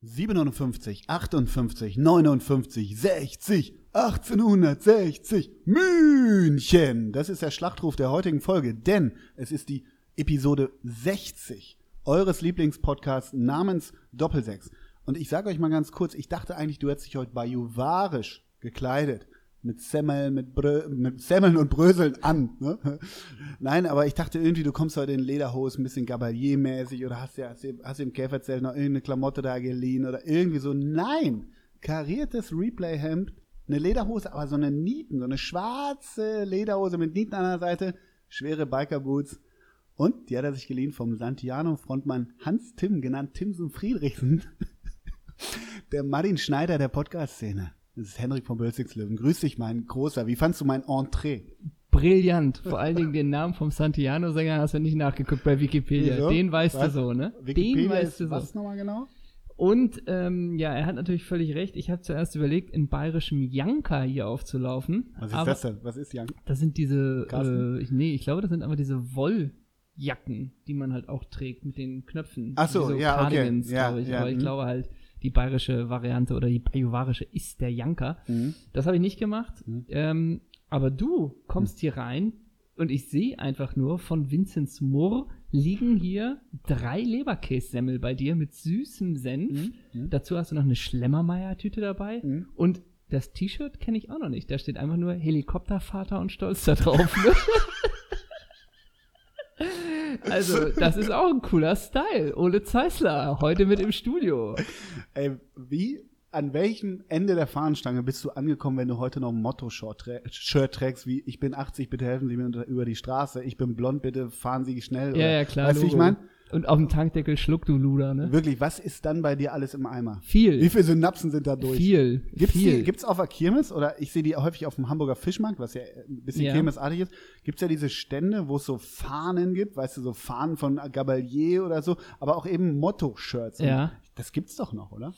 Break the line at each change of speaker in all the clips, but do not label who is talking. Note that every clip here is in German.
57, 58, 59, 60, 1860, München. Das ist der Schlachtruf der heutigen Folge, denn es ist die Episode 60 eures Lieblingspodcasts namens Doppelsechs. Und ich sage euch mal ganz kurz, ich dachte eigentlich, du hättest dich heute bajuvarisch gekleidet. Mit Semmeln, mit, Brö mit Semmeln und Bröseln an. Ne? Nein, aber ich dachte irgendwie, du kommst heute in Lederhosen, ein bisschen Gabalier-mäßig oder hast dir, hast, dir, hast dir im Käferzelt noch irgendeine Klamotte da geliehen oder irgendwie so. Nein! Kariertes Replay-Hemd, eine Lederhose, aber so eine Nieten, so eine schwarze Lederhose mit Nieten an der Seite, schwere Biker-Boots. Und die hat er sich geliehen vom Santiano-Frontmann Hans Tim, genannt Timson Friedrichsen. Der Martin Schneider der Podcast-Szene. Das ist Henrik von Bölzigslöwen. Grüß dich, mein Großer. Wie fandst du mein Entree?
Brillant. Vor allen Dingen den Namen vom Santiano-Sänger hast du nicht nachgeguckt bei Wikipedia.
Wieso?
Den weißt
Was?
du so, ne?
Wikipedia
den weißt
ist,
du so.
was nochmal genau?
Und ähm, ja, er hat natürlich völlig recht. Ich habe zuerst überlegt, in bayerischem Janka hier aufzulaufen.
Was ist
aber
das denn? Was ist Young?
Das sind diese,
Carsten?
äh, ich, nee, ich glaube, das sind einfach diese Wolljacken, die man halt auch trägt mit den Knöpfen.
Ach so,
Wie
ja, okay.
Cardigans,
Ja,
glaube ich.
ja,
Aber ich
mhm.
glaube halt, die bayerische Variante oder die bajuwarische ist der Janker.
Mhm.
Das habe ich nicht gemacht.
Mhm.
Ähm, aber du kommst hier rein und ich sehe einfach nur von Vinzenz Moore liegen hier drei Leberkässemmel bei dir mit süßem Senf.
Mhm.
Dazu hast du noch eine Schlemmermeier-Tüte dabei.
Mhm.
Und das T-Shirt kenne ich auch noch nicht. Da steht einfach nur Helikoptervater und Stolz da drauf. Ne? also, das ist auch ein cooler Style. Ole Zeisler, heute mit im Studio.
Ey, wie, an welchem Ende der Fahnenstange bist du angekommen, wenn du heute noch ein Motto-Shirt trä Shirt trägst, wie ich bin 80, bitte helfen Sie mir unter- über die Straße, ich bin blond, bitte fahren Sie schnell.
Ja,
oder-
ja, klar.
Weißt du, wie ich
Logo.
meine?
Und auf dem Tankdeckel schluck du Luder, ne?
Wirklich, was ist dann bei dir alles im Eimer?
Viel.
Wie viele Synapsen sind da durch?
Viel.
Gibt's
viel.
die, gibt's auf der Kirmes oder ich sehe die häufig auf dem Hamburger Fischmarkt, was ja ein bisschen
Ja.
kirmesartig ist, gibt's ja diese Stände, wo es so Fahnen gibt, weißt du, so Fahnen von Gabalier oder so, aber auch eben Motto-Shirts. Und
Ja.
Das gibt's doch noch, oder?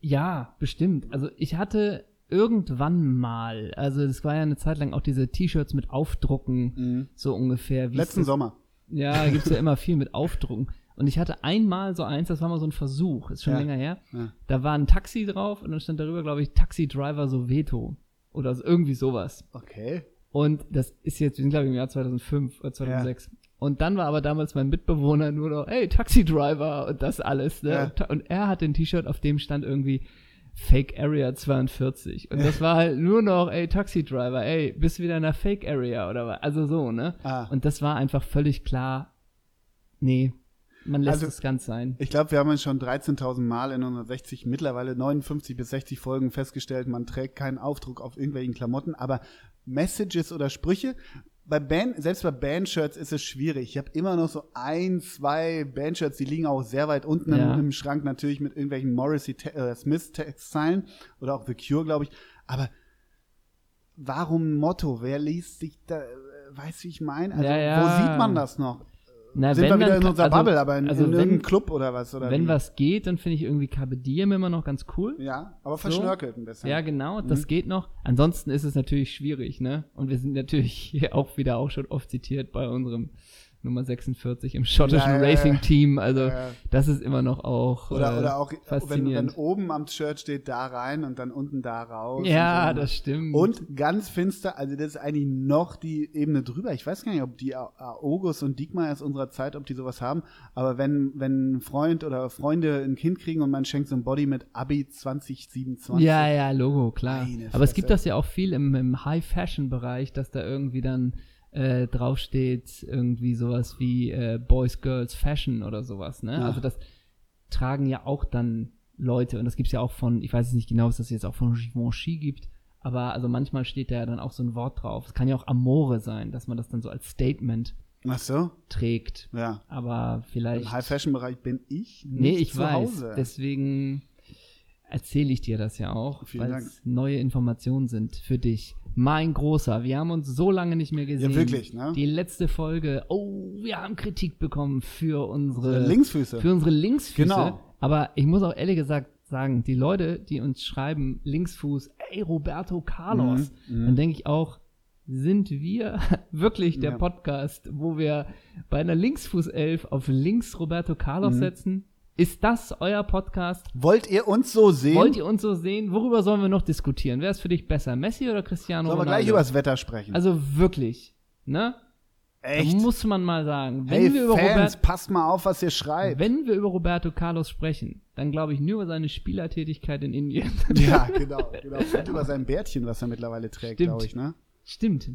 ja, bestimmt. Also ich hatte irgendwann mal, also es war ja eine Zeit lang auch diese T-Shirts mit Aufdrucken,
Mhm.
so ungefähr. Wie
Letzten
es-
Sommer.
Ja, da gibt's ja immer viel mit Aufdrucken. Und ich hatte einmal so eins, das war mal so ein Versuch, ist schon
Ja.
länger her.
Ja.
Da war ein Taxi drauf und dann stand darüber, glaube ich, Taxi-Driver Soweto oder so, irgendwie sowas.
Okay.
Und das ist jetzt, wir sind glaube ich im Jahr 2005 oder 2006. Und dann war aber damals mein Mitbewohner nur noch, ey, Taxi-Driver und das alles. Ne?
Ja.
Und ta- Und er hat ein T-Shirt, auf dem stand irgendwie Fake Area 42. Und das war halt nur noch, ey, Taxi-Driver, ey, bist wieder in der Fake Area oder was? Also so, ne?
Ah.
Und das war einfach völlig klar, nee, man lässt
Also-
es ganz sein.
Ich glaube, wir haben jetzt schon 13.000 Mal in unseren 60, mittlerweile 59 bis 60 Folgen festgestellt, man trägt keinen Aufdruck auf irgendwelchen Klamotten, aber Messages oder Sprüche, bei Band, selbst bei Bandshirts ist es schwierig. Ich habe immer noch so ein, zwei Bandshirts, die liegen auch sehr weit unten
Ja.
im, im Schrank, natürlich mit irgendwelchen Morrissey, Te- äh, Smith-Textzeilen oder auch The Cure, glaube ich. Aber warum Motto? Wer liest sich da, äh, weißt du, wie ich meine? Also,
Ja, ja.
wo sieht man das noch?
Na,
Sind wir wieder
dann
in
ka-
unserer
also-
Bubble, aber in,
also
in
wenn-
irgendeinem Club oder was? Oder
Wenn
wie?
was geht, dann finde ich irgendwie Carpe Diem immer noch ganz cool.
Ja, aber verschnörkelt ein bisschen.
Ja, genau, das
Mhm.
geht noch. Ansonsten ist es natürlich schwierig, ne? Und wir sind natürlich hier auch wieder auch schon oft zitiert bei unserem Nummer 46 im schottischen
Ja, ja, ja.
Racing Team. Also
Ja.
das ist immer noch auch.
Oder,
äh,
oder auch, wenn, wenn
faszinierend.
oben am Shirt steht, da rein und dann unten da raus.
ja,
und so.
das stimmt.
Und ganz finster, also das ist eigentlich noch die Ebene drüber. Ich weiß gar nicht, ob die A- August und Diekmar aus unserer Zeit, ob die sowas haben. Aber wenn, wenn ein Freund oder Freunde ein Kind kriegen und man schenkt so ein Body mit Abi 2027.
ja, ja, Logo, klar.
Meine
Aber es
Fresse.
gibt das ja auch viel im, im High-Fashion-Bereich, dass da irgendwie dann äh, draufsteht, irgendwie sowas wie äh, Boys, Girls, Fashion oder sowas, ne?
Ja.
Also das tragen ja auch dann Leute und das gibt's ja auch von, ich weiß es nicht genau, ob es das jetzt auch von Givenchy gibt, aber also manchmal steht da ja dann auch so ein Wort drauf. Es kann ja auch Amore sein, dass man das dann so als Statement
Ach so,
trägt.
ja.
Aber vielleicht.
Im High-Fashion-Bereich bin ich nicht
Nee, ich
zu
weiß.
Hause.
Deswegen erzähle ich dir das ja auch,
Vielen
weil
Dank.
es neue Informationen sind für dich. Mein Großer, wir haben uns so lange nicht mehr gesehen.
wirklich, ne?
Die letzte Folge. Oh, wir haben Kritik bekommen für unsere
Äh, Linksfüße.
Für unsere Linksfüße.
Genau.
Aber ich muss auch ehrlich gesagt sagen, die Leute, die uns schreiben, Linksfuß, ey, Roberto Carlos,
Mhm, mhm.
dann denke ich auch, sind wir wirklich der
Ja.
Podcast, wo wir bei einer Linksfußelf auf links Roberto Carlos
Mhm.
setzen Ist das euer Podcast?
Wollt ihr uns so sehen?
Wollt ihr uns so sehen? Worüber sollen wir noch diskutieren? Wer ist für dich besser, Messi oder Cristiano
Sollen wir
Ronaldo?
gleich übers Wetter sprechen?
also wirklich, ne?
Echt?
Muss man mal sagen. Wenn,
Hey,
wir über
Fans,
Robert,
passt mal auf, was ihr schreibt.
wenn wir über Roberto Carlos sprechen, dann glaube ich nur über seine Spielertätigkeit in Indien.
Ja, genau, genau. Und über sein Bärtchen, was er mittlerweile trägt,
Stimmt.
glaube ich, ne?
Stimmt.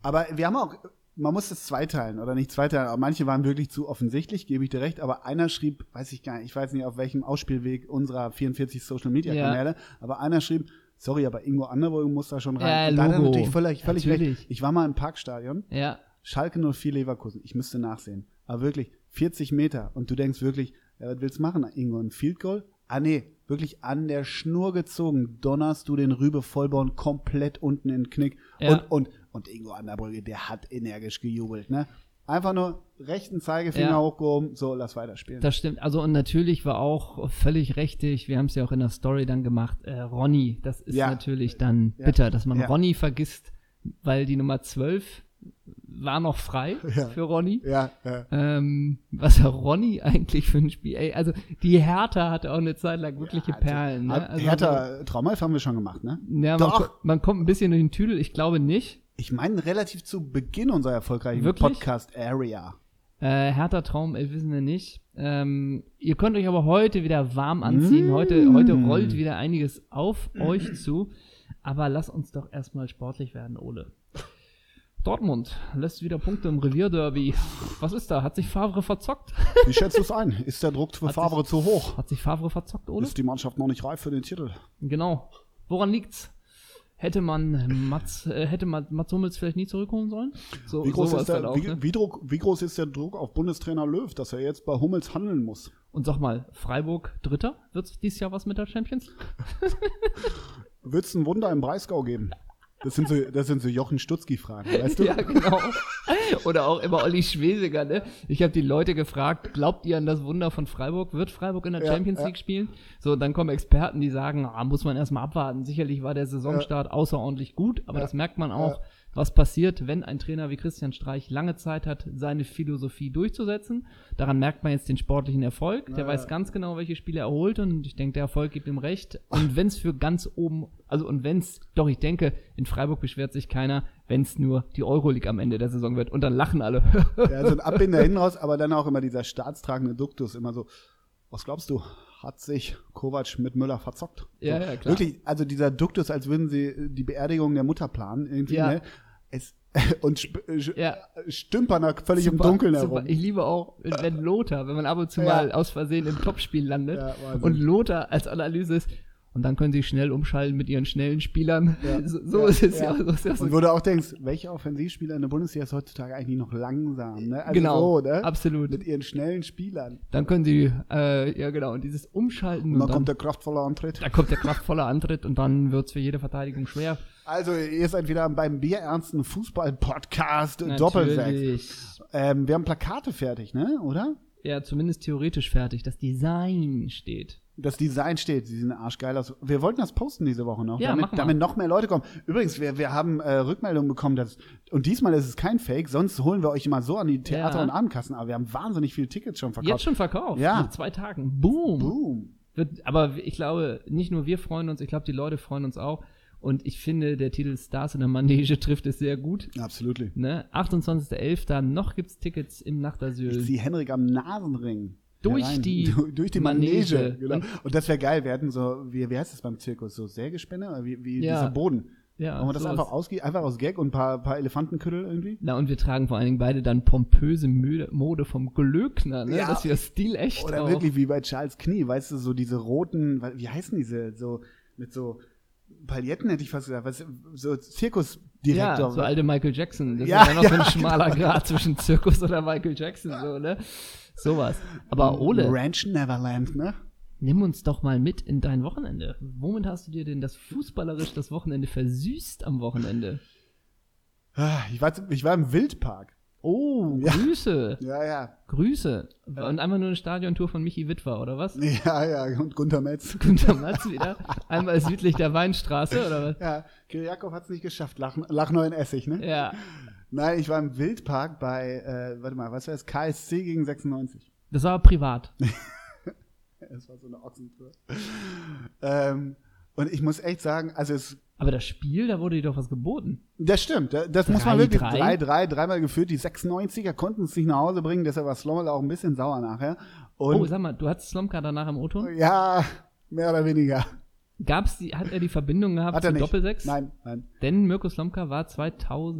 Aber wir haben auch, man muss es zweiteilen oder nicht zweiteilen. Aber manche waren wirklich zu offensichtlich, gebe ich dir recht. Aber einer schrieb, weiß ich gar nicht, ich weiß nicht auf welchem Ausspielweg unserer 44 Social Media
Ja.
Kanäle, aber einer schrieb, sorry, aber Ingo Underwogen muss da schon rein.
Ja,
Und da hat er
Logo.
natürlich völlig, völlig recht.
Natürlich.
Ich war mal im Parkstadion,
Ja.
Schalke 04 Leverkusen. Ich müsste nachsehen. Aber wirklich 40 Meter und du denkst wirklich, ja, was willst du machen, Ingo? Ein Field Goal? Ah nee, wirklich an der Schnur gezogen, donnerst du den Rübe Vollborn komplett unten in den Knick.
Ja.
Und, und, und Ingo an der Brücke, der hat energisch gejubelt, ne? Einfach nur rechten Zeigefinger
Ja.
hochgehoben, so, lass weiterspielen.
Das stimmt. Also und natürlich war auch völlig richtig, wir haben es ja auch in der Story dann gemacht, äh, Ronny, das ist
Ja.
natürlich dann
Ja.
bitter, dass man
Ja.
Ronny vergisst, weil die Nummer 12 war noch frei
Ja.
für Ronny.
ja, ja.
Ähm, was hat Ronny eigentlich für ein Spiel? Ey, also die Hertha hatte auch eine Zeit lang wirkliche
Ja, also,
Perlen. Ne? Also,
Hertha, Traumalf haben wir schon gemacht, ne?
Ja, man,
Doch.
ko- man kommt ein bisschen durch den Tüdel, ich glaube nicht.
Ich meine, relativ zu Beginn unserer erfolgreichen
Wirklich?
Podcast-Area.
Äh, härter Traum, äh, wissen wir nicht. Ähm, ihr könnt euch aber heute wieder warm anziehen.
Mm.
Heute, heute rollt wieder einiges auf euch zu. Aber lass uns doch erstmal sportlich werden, Ole. Dortmund lässt wieder Punkte im Revierderby. Was ist da? Hat sich Favre verzockt?
Wie schätzt du es ein? Ist der Druck für
Hat
Favre
sich-
zu hoch?
Hat sich Favre verzockt, Ole?
Ist die Mannschaft noch nicht reif für den Titel?
Genau. Woran liegt's? Hätte man Mats, äh, hätte man Mats Hummels vielleicht nie zurückholen sollen? So,
Wie groß,
sowas
ist der,
halt auch,
wie,
ne?
wie, Druck, wie groß ist der Druck auf Bundestrainer Löw, dass er jetzt bei Hummels handeln muss?
Und sag mal, Freiburg Dritter? Wird's dieses Jahr was mit der Champions?
Wird es ein Wunder im Breisgau geben? Das sind so, das sind so Jochen Stutzki-Fragen, weißt du?
Ja, genau. Oder auch immer Olli Schwesiger, ne? Ich habe die Leute gefragt, glaubt ihr an das Wunder von Freiburg? Wird Freiburg in der
Ja,
Champions
ja.
League spielen? So, und dann kommen Experten, die sagen, ah, muss man erstmal abwarten. Sicherlich war der Saisonstart außerordentlich gut, aber
Ja,
das merkt man auch, was passiert, wenn ein Trainer wie Christian Streich lange Zeit hat, seine Philosophie durchzusetzen. Daran merkt man jetzt den sportlichen Erfolg. Der
Ja,
weiß
ja.
ganz genau, welche Spiele er holt und ich denke, der Erfolg gibt ihm recht. Und wenn es für ganz oben, also und wenn es, doch ich denke, in Freiburg beschwert sich keiner, wenn es nur die Euroleague am Ende der Saison wird und dann lachen alle.
Ja, so ein Abbinder hin raus, aber dann auch immer dieser staatstragende Duktus, immer so, was glaubst du, hat sich Kovac mit Müller verzockt?
Ja,
so,
ja, klar.
Wirklich, also dieser Duktus, als würden sie äh, die Beerdigung der Mutter planen, irgendwie,
Ja.
ne? Es, und sp- äh, sch-
Ja.
stümpern da völlig im
Super,
Dunkeln
super.
herum.
Ich liebe auch, wenn Lothar, wenn man ab und zu
Ja.
mal aus Versehen im Topspiel landet
Ja, Wahnsinn.
und Lothar als Analyse ist und dann können sie schnell umschalten mit ihren schnellen Spielern.
Ja,
So, so
ja,
ist es
ja. Also
ja. so ist es
Und wo du auch denkst, welcher Offensivspieler in der Bundesliga ist heutzutage eigentlich noch langsam? Ne? Also
genau,
so, ne?
absolut.
Mit ihren schnellen Spielern.
Dann können sie, äh, ja genau, und dieses Umschalten
Und
und,
dann
dann,
kommt der kraftvolle Antritt.
da kommt der kraftvolle Antritt und dann wird's für jede Verteidigung schwer.
Also, ihr seid wieder beim bierernsten Fußball-Podcast Doppelsechs. Ähm, wir haben Plakate fertig, ne? oder?
Ja, zumindest theoretisch fertig. Das Design steht.
Das Design steht, sie sehen arschgeil aus. Wir wollten das posten diese Woche noch,
Ja,
damit,
mach mal.
damit noch mehr Leute kommen. Übrigens, wir, wir haben äh, Rückmeldungen bekommen, dass, und diesmal ist es kein Fake, sonst holen wir euch immer so an die Theater-
Ja.
und Abendkassen, aber wir haben wahnsinnig viele Tickets schon verkauft.
Jetzt schon verkauft.
Ja.
Nach zwei Tagen. Boom.
Boom.
Wird, aber ich glaube, nicht nur wir freuen uns, ich glaube, die Leute freuen uns auch. Und ich finde, der Titel Stars in der Manege trifft es sehr gut.
Absolut.
Ne? 28.11. Noch gibt's Tickets im
Ich
Nachtasyl.
zieh Henrik am Nasenring.
Durch
herein.
die
Du- durch die Manege.
Manege.
Genau. Und das wäre geil. Wir hätten so, wie, wie heißt das beim Zirkus? So Sägespinne? Oder Wie, wie
Ja.
dieser Boden.
Ja,
Machen wir das
sowas.
einfach, ausge einfach aus Gag und ein paar, paar Elefantenküttel irgendwie?
Na, und wir tragen vor allen Dingen beide dann pompöse Mode, Mode vom Glöckner, ne?
Ja.
dass wir stilecht
Oder
auch-
wirklich wie bei Charles Knie, weißt du, so diese roten, wa- wie heißen diese? So, mit so Paletten hätte ich fast gesagt. Was, so
Ja,
Zirkusdirektor.
so alte Michael Jackson. Das
ne? Ja,
ist ja noch so
ja, genau.
ein schmaler Grad zwischen Zirkus oder Michael Jackson, so, ne? Sowas. Aber Ole,
Ranch Neverland, ne?
Nimm uns doch mal mit in dein Wochenende. Womit hast du dir denn das fußballerisch das Wochenende versüßt am Wochenende?
Ah, Ich war, ich war im Wildpark.
Oh,
Ja.
Grüße,
Ja, ja.
Grüße. Und einmal nur eine Stadiontour von Michi Wittwer, oder was?
Ja, ja. Und Gunter Metz.
Günther Matz wieder. Einmal südlich der Weinstraße, oder was?
Ja, Kiriakov hat es nicht geschafft. Lach, lach nur in Essig, ne?
Ja,
Nein, ich war im Wildpark bei, äh, warte mal, was war das? KSC gegen 96.
das war privat.
Es war so eine Ochsentour. ähm, und ich muss echt sagen, also es,
Aber das Spiel, da wurde dir doch was geboten.
das stimmt, das, das muss
Drei,
man wirklich,
drei?
drei, drei, dreimal geführt, die 96er konnten es nicht nach Hause bringen, deshalb war Slommel auch ein bisschen sauer nachher. Und
oh, sag mal, du hattest Slomka danach im O-Ton?
ja, mehr oder weniger.
Gab's die, hat er die Verbindung gehabt
Hat er
zu
nicht.
Doppelsechs?
Nein, nein.
Denn Mirko Slomka war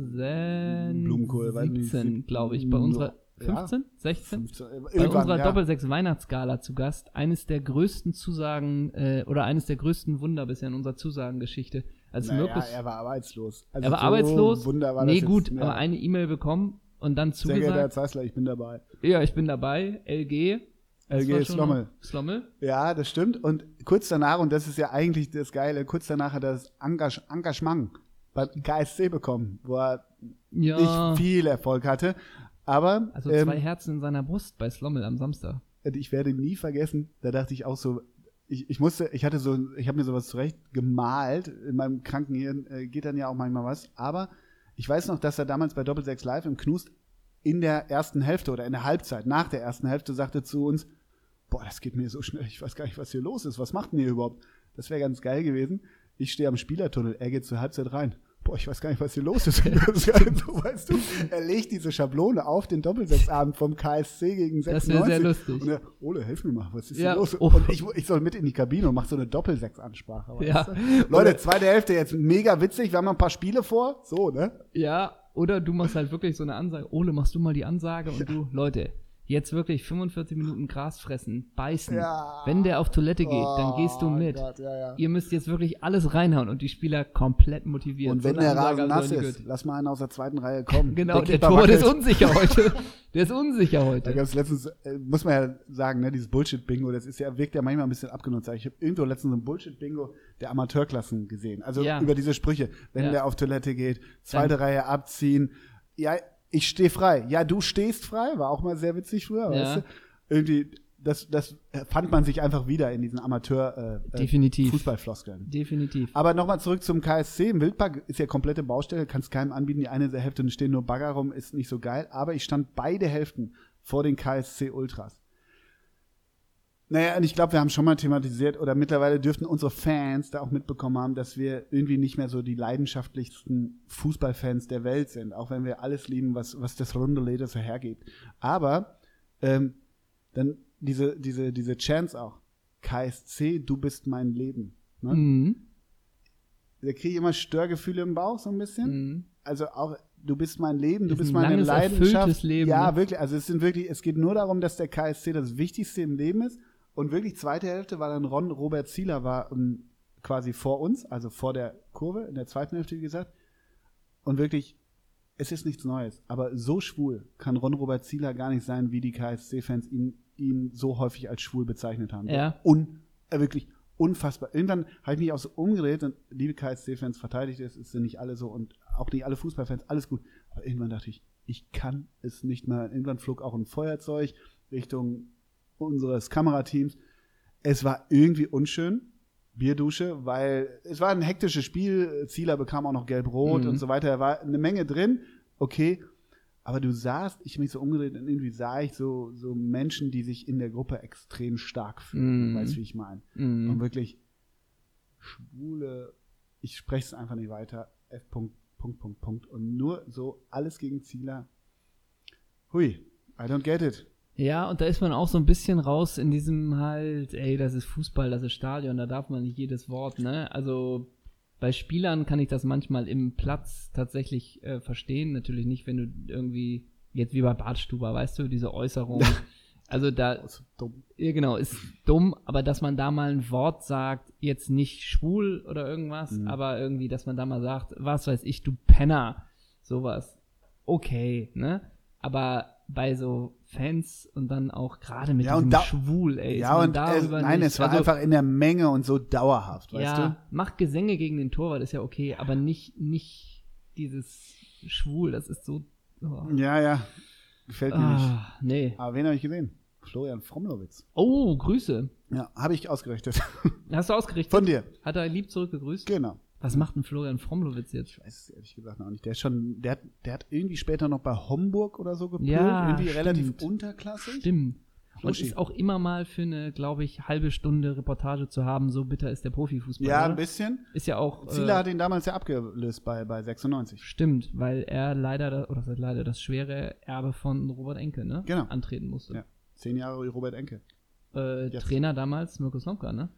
2017,
Blumenkohl, weiß nicht, sieb-
glaube ich, bei unserer
Ja.
15, 16?
15,
Bei
irgendwann,
unserer
ja.
Doppelsechs-Weihnachtsgala zu Gast. Eines der größten Zusagen äh, oder eines der größten Wunder bisher in unserer Zusagengeschichte. Also Als
Naja,
Mirko,
er war arbeitslos. Also
er war
so
arbeitslos.
Wunder war
nee,
das jetzt,
gut,
ja.
aber eine E-Mail bekommen und dann
Sehr geehrter Herr
zugesagt,
Zeissler, ich bin dabei.
ja, ich bin dabei, LG. Das
LG
war schon-
Slommel.
Slommel.
Ja, das stimmt. Und kurz danach, und das ist ja eigentlich das Geile, kurz danach hat er das Engage Engagement bei KSC bekommen, wo er
Ja,
nicht viel Erfolg hatte. Aber
also
ähm,
zwei Herzen in seiner Brust bei Slommel am Samstag.
ich werde nie vergessen, da dachte ich auch so, ich, ich musste, ich hatte so, ich habe mir sowas zurecht gemalt. In meinem kranken Hirn äh, geht dann ja auch manchmal was. Aber ich weiß noch, dass er damals bei Doppelsechs Live im Knust in der ersten Hälfte oder in der Halbzeit, nach der ersten Hälfte, sagte zu uns, boah, das geht mir so schnell, ich weiß gar nicht, was hier los ist, was macht denn ihr überhaupt? Das wäre ganz geil gewesen. Ich stehe am Spielertunnel, er geht zur Halbzeit rein. Boah, ich weiß gar nicht, was hier los ist. Das ist ja so, weißt du, er legt diese Schablone auf den Doppelsechsabend vom KSC gegen
Das
96.
wäre sehr lustig.
Und er, Ole, helf mir mal, was ist
Ja,
hier los?
oh.
Und ich, ich soll mit in die Kabine und mach so eine Doppelsechs-Ansprache. weißt
Ja.
du? Leute, zweite Hälfte jetzt mega witzig, wir haben noch ein paar Spiele vor. So, ne?
Ja, oder du machst halt wirklich so eine Ansage. Ole, machst du mal die Ansage und du, Leute, jetzt wirklich 45 Minuten Gras fressen, beißen.
Ja.
Wenn der auf Toilette geht, dann gehst du
Oh
mit.
Gott, ja, ja.
Ihr müsst jetzt wirklich alles reinhauen und die Spieler komplett motivieren.
Und
So
wenn
eine
der Rasen
Ansage an
nass
so eine
ist,
Goethe.
lass mal einen aus der zweiten Reihe kommen.
Genau, der,
Keeper
Tor ist
wackelt.
unsicher heute. Der ist unsicher
Da
heute.
gab's letztens, äh, muss man ja sagen, ne, dieses Bullshit-Bingo, das ist ja, wirkt ja manchmal ein bisschen abgenutzt. Ich habe irgendwo letztens so ein Bullshit-Bingo der Amateurklassen gesehen. Also
Ja.
über diese Sprüche, wenn
Ja.
der auf Toilette geht, zweite
Dann-
Reihe abziehen, ja, ich stehe frei. Ja, du stehst frei, war auch mal sehr witzig früher,
Ja.
weißt du? Irgendwie, das, das fand man sich einfach wieder in diesen Amateur äh,
Definitiv.
äh, Fußballfloskeln.
Definitiv.
Aber nochmal zurück zum KSC. Im Wildpark ist ja komplette Baustelle, kannst keinem anbieten. Die eine Hälfte stehen nur Bagger rum, ist nicht so geil. Aber ich stand beide Hälften vor den KSC Ultras. Naja, und ich glaube, wir haben schon mal thematisiert oder mittlerweile dürften unsere Fans da auch mitbekommen haben, dass wir irgendwie nicht mehr so die leidenschaftlichsten Fußballfans der Welt sind, auch wenn wir alles lieben, was, was das runde Leder so hergibt. Aber ähm, dann diese, diese, diese Chance auch. KSC, du bist mein Leben. Ne?
Mhm.
da kriege ich immer Störgefühle im Bauch so ein bisschen.
Mhm.
Also auch, du bist mein Leben, du
Ist
bist
ein
meine
langes,
Leidenschaft.
erfülltes Leben,
ja,
ne?
wirklich. Also es sind wirklich, es geht nur darum, dass der KSC das Wichtigste im Leben ist. Und wirklich zweite Hälfte war dann Ron Robert Zieler war ähm, quasi vor uns, also vor der Kurve, in der zweiten Hälfte, wie gesagt. Und wirklich, es ist nichts Neues. Aber so schwul kann Ron Robert Zieler gar nicht sein, wie die KSC-Fans ihn, ihn so häufig als schwul bezeichnet haben.
Ja.
Un, äh, wirklich unfassbar. Irgendwann habe ich mich auch so umgedreht und liebe KSC-Fans, verteidigt es, es sind nicht alle so und auch nicht alle Fußballfans, alles gut. Aber irgendwann dachte ich, ich kann es nicht mehr. Irgendwann flog auch ein Feuerzeug Richtung unseres Kamerateams. Es war irgendwie unschön. Bierdusche, weil es war ein hektisches Spiel. Zieler bekam auch noch gelb-rot
Mhm.
und so weiter. Da war eine Menge drin. Okay. Aber du sahst, ich habe mich so umgedreht und irgendwie sah ich so, so Menschen, die sich in der Gruppe extrem stark fühlen.
Mhm.
Weißt du, wie ich meine?
Mhm.
Und wirklich schwule, ich spreche es einfach nicht weiter. F. Punkt, Punkt, Punkt, Punkt. Und nur so alles gegen Zieler. Hui, I don't get it.
Ja, und da ist man auch so ein bisschen raus in diesem halt, ey, das ist Fußball, das ist Stadion, da darf man nicht jedes Wort, ne? Also bei Spielern kann ich das manchmal im Platz tatsächlich äh, verstehen. Natürlich nicht, wenn du irgendwie, jetzt wie bei Bartstuber, weißt du, diese Äußerung. Also da,
Das ist dumm.
ja, genau, ist dumm, aber dass man da mal ein Wort sagt, jetzt nicht schwul oder irgendwas,
Mhm.
aber irgendwie, dass man da mal sagt, was weiß ich, du Penner, sowas. Okay, ne? Aber bei so Fans und dann auch gerade mit
Ja, und
diesem
da-
Schwul, ey,
Ja, und äh,
darüber
nein,
nicht,
es war
also,
einfach in der Menge und so dauerhaft, weißt
ja, macht Gesänge gegen den Torwart, ist ja okay, aber nicht, nicht dieses Schwul, das ist so, oh,
du? Ja, ja. Gefällt mir nicht.
ah, nee.
Aber wen habe ich gesehen? Florian Fromlowitz.
Oh, Grüße.
Ja, habe ich ausgerechnet.
Hast du ausgerichtet?
Von dir.
Hat er lieb zurückgegrüßt?
Genau.
Was macht denn Florian Fromlowitz jetzt?
Ich weiß es ehrlich gesagt noch nicht. Der ist schon, der hat, der hat irgendwie später noch bei Homburg oder so gepölt.
Ja,
irgendwie relativ
stimmt.
unterklassig.
Stimmt. Und
Fluschi.
ist auch immer mal für eine, glaube ich, halbe Stunde Reportage zu haben, so bitter ist der Profifußball.
Ja,
oder?
ein bisschen.
Ist ja auch. äh,
Zieler hat ihn damals ja abgelöst bei, bei 96.
Stimmt, weil er leider, da- oder das heißt leider das schwere Erbe von Robert Enke, ne?
Genau.
Antreten musste.
Ja. Zehn Jahre Robert Enke.
Äh,
Jetzt.
Trainer damals, Mirko Slomka, ne?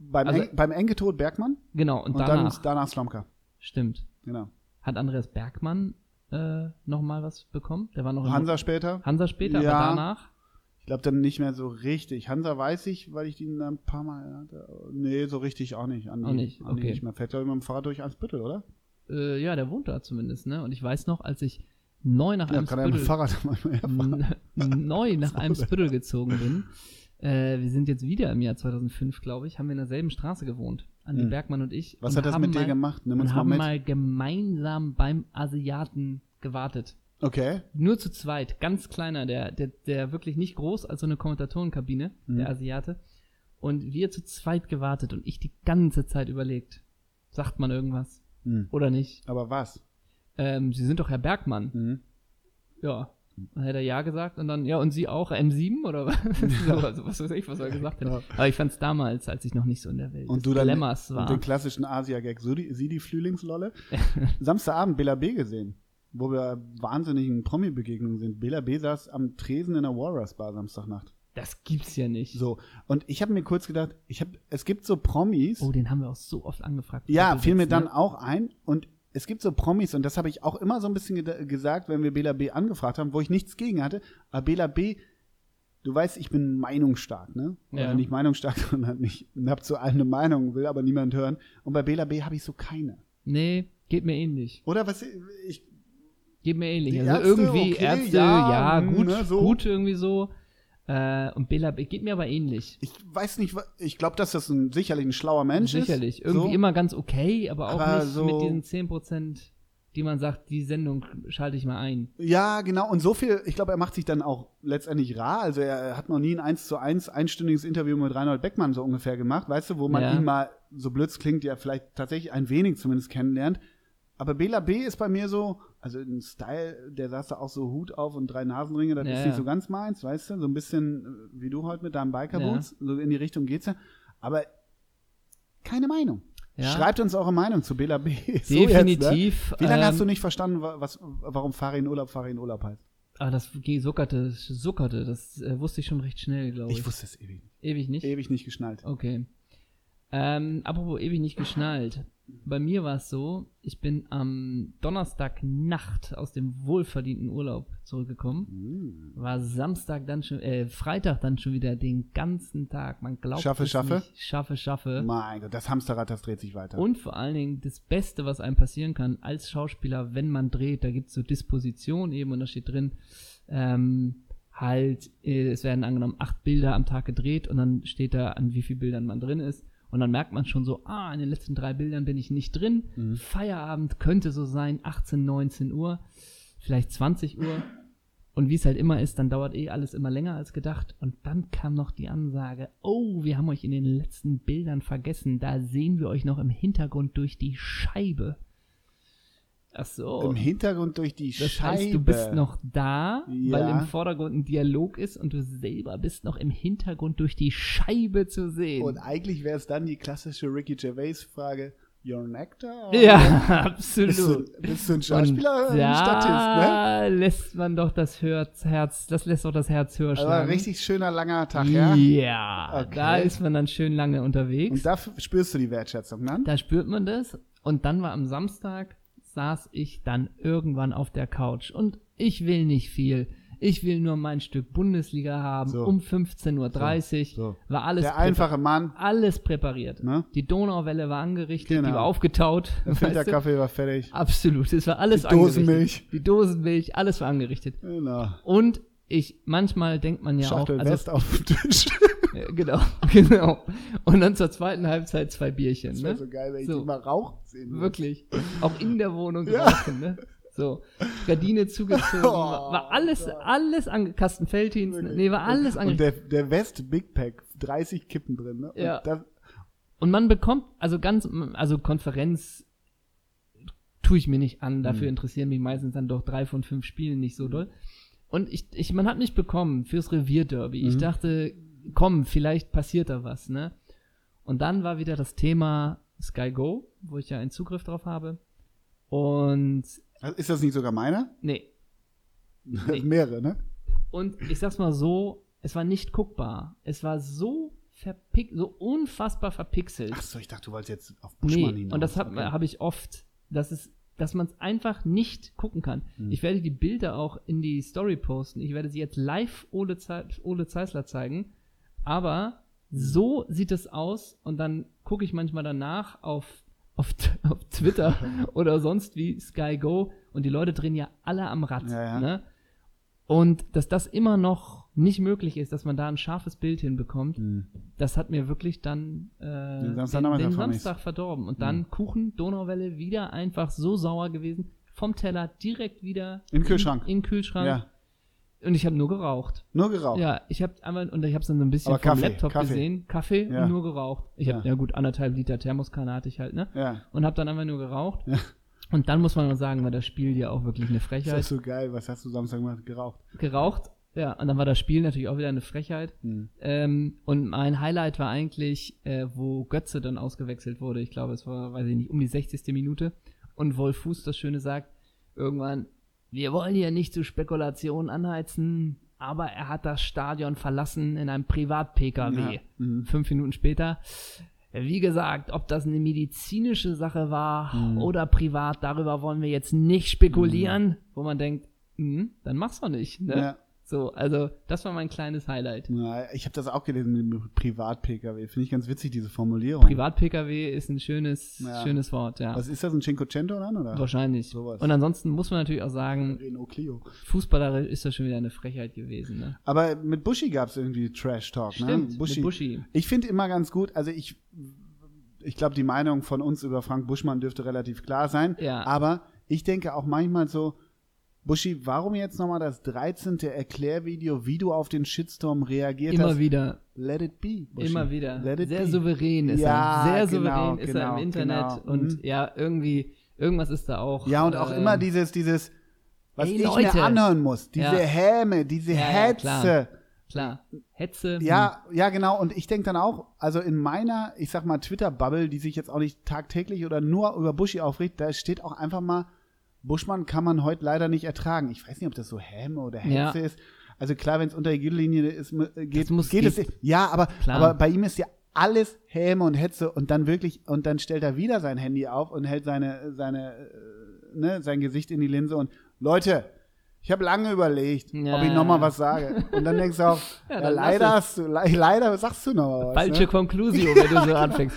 Beim,
Also-
Eng, beim Enke-Tod Bergmann
Genau, und,
und
danach.
dann danach Slomka.
stimmt.
Genau.
Hat Andreas Bergmann äh, nochmal was bekommen? Der war noch in-
Hansa später.
Hansa später,
Ja.
aber danach.
Ich glaube dann nicht mehr so richtig. Hansa weiß ich, weil ich den dann ein paar Mal hatte. Nee, so richtig auch nicht. Andi,
Auch nicht,
Andi
okay.
nicht mehr. Fährt, glaube ich, mit dem Fahrrad durch Eimsbüttel, oder?
Äh, ja, der wohnt da zumindest, ne? Und ich weiß noch, als ich neu nach
Ja, kann er mit dem
Eimsbüttel
Fahrrad mal mehr fahren.
neu nach
So,
Eimsbüttel gezogen bin. Äh, wir sind jetzt wieder im Jahr 2005, glaube ich, haben wir in derselben Straße gewohnt. Andi
Hm.
Bergmann und ich.
Was
und
hat das
haben
mit dir
mal-
gemacht? Nimm uns
Und
mal
haben
mit.
mal gemeinsam beim Asiaten gewartet.
Okay.
Nur zu zweit, ganz kleiner, der, der, der wirklich nicht groß, als so eine Kommentatorenkabine,
Mhm.
der Asiate. Und wir zu zweit gewartet und ich die ganze Zeit überlegt. Sagt man irgendwas
Hm.
oder nicht?
Aber was?
Ähm, Sie sind doch Herr Bergmann.
Hm.
Ja. Dann hätte er ja gesagt und dann, ja, und Sie auch M7 oder was? also, was weiß ich, was er gesagt hat.
Ja.
Aber ich fand es damals, als ich noch nicht so in der Welt
Und
des
du dann
Dilemmas
und
war.
den klassischen Asia-Gag, so die- sie die Flühlingslolle. Samstagabend Bela B gesehen, wo wir wahnsinnigen Promi-Begegnungen sind. Bela B saß am Tresen in der Warriors Bar Samstagnacht.
Das gibt's ja nicht.
So, und ich habe mir kurz gedacht, ich hab, es gibt so Promis.
Oh, den haben wir auch so oft angefragt.
ja,
Doppelsitz,
fiel mir
ne?
dann auch ein. Und es gibt so Promis, und das habe ich auch immer so ein bisschen ged- gesagt, wenn wir Bela B angefragt haben, wo ich nichts gegen hatte. Aber Bela B, du weißt, ich bin meinungsstark, ne? Oder
Ja.
nicht meinungsstark, sondern ich habe zu allem eine Meinung, will aber niemand hören. Und bei Bela B habe ich so keine.
Nee, geht mir ähnlich.
Oder was ich.
Geht mir ähnlich.
Die
also
Ärzte,
irgendwie
okay,
Ärzte,
ja,
ja,
mm,
gut,
ne, so.
gut irgendwie so. Äh, und Bela B- geht mir aber ähnlich.
Ich weiß nicht, wa- ich glaube, dass das ein, sicherlich ein schlauer Mensch ist.
Sicherlich. Irgendwie
so.
immer ganz okay, aber auch
Aber
nicht
so-
mit diesen 10%, die man sagt, die Sendung schalte ich mal ein.
Ja, genau. Und so viel, ich glaube, er macht sich dann auch letztendlich rar. Also er hat noch nie ein 1 zu 1 einstündiges Interview mit Reinhold Beckmann so ungefähr gemacht, weißt du, wo man
Ja.
ihn mal, so blöd es klingt, ja vielleicht tatsächlich ein wenig zumindest kennenlernt. Aber Bela B ist bei mir so, also ein Style, der saß da auch so Hut auf und drei Nasenringe, das
Ja,
ist
ja.
nicht so ganz meins, weißt du, so ein bisschen äh, wie du heute mit deinem Biker-Boots, so in die Richtung geht's ja. Aber keine Meinung.
Ja?
Schreibt uns eure Meinung zu Bela B. So jetzt, ne?
Definitiv.
Wie lange
ähm,
hast du nicht verstanden, wa- was, warum Farin Urlaub Farin Urlaub heißt?
Aber Ah, das ging- suckerte, suckerte. Das äh, wusste ich schon recht schnell, glaube ich.
Ich wusste es ewig. nicht.
Ewig nicht.
Also, Ewig nicht geschnallt.
Okay. Ähm, apropos ewig nicht geschnallt. Bei mir war es so, ich bin am Donnerstagnacht aus dem wohlverdienten Urlaub zurückgekommen.
Hm.
War Samstag dann schon, äh, Freitag dann schon wieder den ganzen Tag. Man glaubt
Schaffe,
es
schaffe?
nicht. Schaffe, schaffe.
Mein Gott, das Hamsterrad, das dreht sich weiter.
Und vor allen Dingen das Beste, was einem passieren kann als Schauspieler, wenn man dreht, da gibt's so Disposition eben und da steht drin, ähm, halt, äh, es werden angenommen acht Bilder am Tag gedreht und dann steht da, an wie vielen Bildern man drin ist. Und dann merkt man schon so, ah, in den letzten drei Bildern bin ich nicht drin.
Mhm.
Feierabend könnte so sein, 18, 19 Uhr, vielleicht 20 Uhr. Und wie es halt immer ist, dann dauert eh alles immer länger als gedacht. Und dann kam noch die Ansage, oh, wir haben euch in den letzten Bildern vergessen. Da sehen wir euch noch im Hintergrund durch die Scheibe. Ach so.
Im Hintergrund durch die
Das
Scheibe.
heißt, du bist noch da,
Ja.
weil im Vordergrund ein Dialog ist und du selber bist noch im Hintergrund durch die Scheibe zu sehen.
Und eigentlich wäre es dann die klassische Ricky Gervais-Frage: You're an actor?
ja,
Bist du,
absolut.
bist du ein Schauspieler?
und
oder ein Statist, ne?
da lässt man doch das Herz, Herz, das lässt doch das Herz höher
Das
schlagen.
war ein Also, richtig schöner, langer Tag, ja?
ja,
Okay.
da ist man dann schön lange unterwegs.
Und da f- spürst du die Wertschätzung ne? dann?
Da spürt man das. Und dann war am Samstag, saß ich dann irgendwann auf der Couch. Und ich will nicht viel. Ich will nur mein Stück Bundesliga haben.
So.
Um 15.30 Uhr
So.
war alles,
Der
prä-
einfache Mann,
alles präpariert.
Ne?
Die Donauwelle war angerichtet, die
Genau.
war aufgetaut.
der
weißt du?
Filterkaffee war fertig.
Absolut, es war alles
Die
angerichtet.
Dosenmilch.
Die Dosenmilch, alles war angerichtet.
Genau.
Und ich, manchmal denkt man ja
Schachtel
auch, also
West auf dem Tisch.
Ja, genau, genau. Und dann zur zweiten Halbzeit zwei Bierchen,
Das
ne?
wäre so geil, wenn ich
So.
die mal rauchen sehen würde.
Wirklich. Auch in der Wohnung
Ja.
rauchen, ne? So. Gardine zugezogen,
Oh,
war war alles,
Gott.
alles ange Kastenfelddienst, ne?
Wirklich.
nee, war alles
Und
angerichtet.
der, der West Big Pack, 30 Kippen drin, ne?
Ja.
Und das,
Und, man bekommt, also ganz, also Konferenz tue ich mir nicht an, dafür interessieren mich meistens dann doch drei von fünf Spielen nicht so doll. Und ich, ich, man hat mich bekommen fürs Revierderby. Ich
Mhm.
dachte, komm, vielleicht passiert da was, ne? Und dann war wieder das Thema Sky Go, wo ich ja einen Zugriff drauf habe. Und
Also Ist das nicht sogar meiner?
nee, Nee.
Mehrere, ne?
Und ich sag's mal so, es war nicht guckbar. Es war so verpick, so unfassbar verpixelt.
Ach so, ich dachte, du wolltest jetzt auf Buschmann
nee,
hinaus.
und das habe
Okay.
hab ich oft, dass es dass man es einfach nicht gucken kann.
Hm.
Ich werde die Bilder auch in die Story posten. Ich werde sie jetzt live Ole, Ze Ole Zeisler zeigen. Aber so sieht es aus und dann gucke ich manchmal danach auf, auf, T- auf Twitter oder sonst wie Sky Go und die Leute drehen ja alle am Rad.
Ja, ja.
Ne? Und dass das immer noch nicht möglich ist, dass man da ein scharfes Bild hinbekommt,
Hm.
das hat mir wirklich dann äh, den
Samstagnachmittag
den
vermisst.
Samstag verdorben. Und dann
Mhm.
Kuchen, Donauwelle, wieder einfach so sauer gewesen. Vom Teller direkt wieder
In den Kühlschrank.
In, in den Kühlschrank.
Ja,
Und ich habe nur geraucht.
nur geraucht.
Ja, ich habe einmal, und ich habe es dann so ein bisschen
Aber
vom
Kaffee,
Laptop
Kaffee.
gesehen, Kaffee
Ja.
und nur geraucht. Ich habe,
Ja.
ja. gut, anderthalb Liter Thermoskanne hatte ich halt, ne?
ja.
Und habe dann einfach nur geraucht.
Ja.
Und dann muss man mal sagen, war das Spiel ja auch wirklich eine
Ist
Frechheit.
das so geil? Was hast du Samstag gemacht? Geraucht.
Geraucht, ja, und dann war das Spiel natürlich auch wieder eine Frechheit.
Hm.
Ähm, und mein Highlight war eigentlich, äh, wo Götze dann ausgewechselt wurde. Ich glaube, es war, weiß ich nicht, um die 60. Minute. Und Wolf Fuß das Schöne sagt, irgendwann, wir wollen hier nicht zu Spekulationen anheizen, aber er hat das Stadion verlassen in einem Privat-PKW.
Ja. Mhm.
Fünf Minuten später. Wie gesagt, ob das eine medizinische Sache war
Mhm.
oder privat, darüber wollen wir jetzt nicht spekulieren, wo man denkt, hm, dann mach's doch nicht. Ne?
Ja.
So, also das war mein kleines Highlight.
Na, ich habe das auch gelesen mit dem Privat-PKW. Finde ich ganz witzig, diese Formulierung.
Privat-PKW ist ein schönes,
Ja.
schönes Wort, ja.
Was ist das, ein Cinquecento dann, oder?
Wahrscheinlich.
Sowas.
Und ansonsten muss man natürlich auch sagen,
Renault Clio.
fußballerisch ist das schon wieder eine Frechheit gewesen. Ne?
Aber mit Buschi gab es irgendwie Trash-Talk, ne?
Stimmt, mit Buschi.
Ich finde immer ganz gut, also ich, ich glaube, die Meinung von uns über Frank Buschmann dürfte relativ klar sein.
Ja.
Aber ich denke auch manchmal so, Buschi, warum jetzt nochmal das 13. Erklärvideo, wie du auf den Shitstorm reagiert
Immer
hast?
wieder,
Let it be, Buschi.
immer wieder.
Let it
Sehr
be.
souverän ist
Ja,
er. Sehr
genau,
souverän ist er
genau,
im Internet.
genau.
Und
Mhm.
ja, irgendwie, irgendwas ist da auch.
Ja, und auch
ähm,
immer dieses, dieses, was
Ey,
ich
Leute.
mir anhören muss, diese
Ja.
Häme, diese
Ja, ja,
Hetze.
klar. Klar, Hetze.
Ja,
Hm.
ja, genau. Und ich denke dann auch, also in meiner, ich sag mal, Twitter-Bubble, die sich jetzt auch nicht tagtäglich oder nur über Buschi aufregt, da steht auch einfach mal, Buschmann kann man heute leider nicht ertragen. Ich weiß nicht, ob das so Häme oder Hetze
Ja.
ist. Also klar, wenn es unter die Gürtellinie ist, mu- äh, geht,
Das muss-
geht es.
geht.
Ja, aber,
Klar.
aber bei ihm ist ja alles Häme und Hetze und dann wirklich, und dann stellt er wieder sein Handy auf und hält seine, seine, äh, ne, sein Gesicht in die Linse und Leute, ich habe lange überlegt,
Ja,
ob ich nochmal
ja.
was sage. Und dann denkst du auch,
Ja,
ja,
dann lass
leider
es.
hast du, le leider sagst du noch mal was.
hm. Falsche
Ne?
Konklusio, wenn du so anfängst.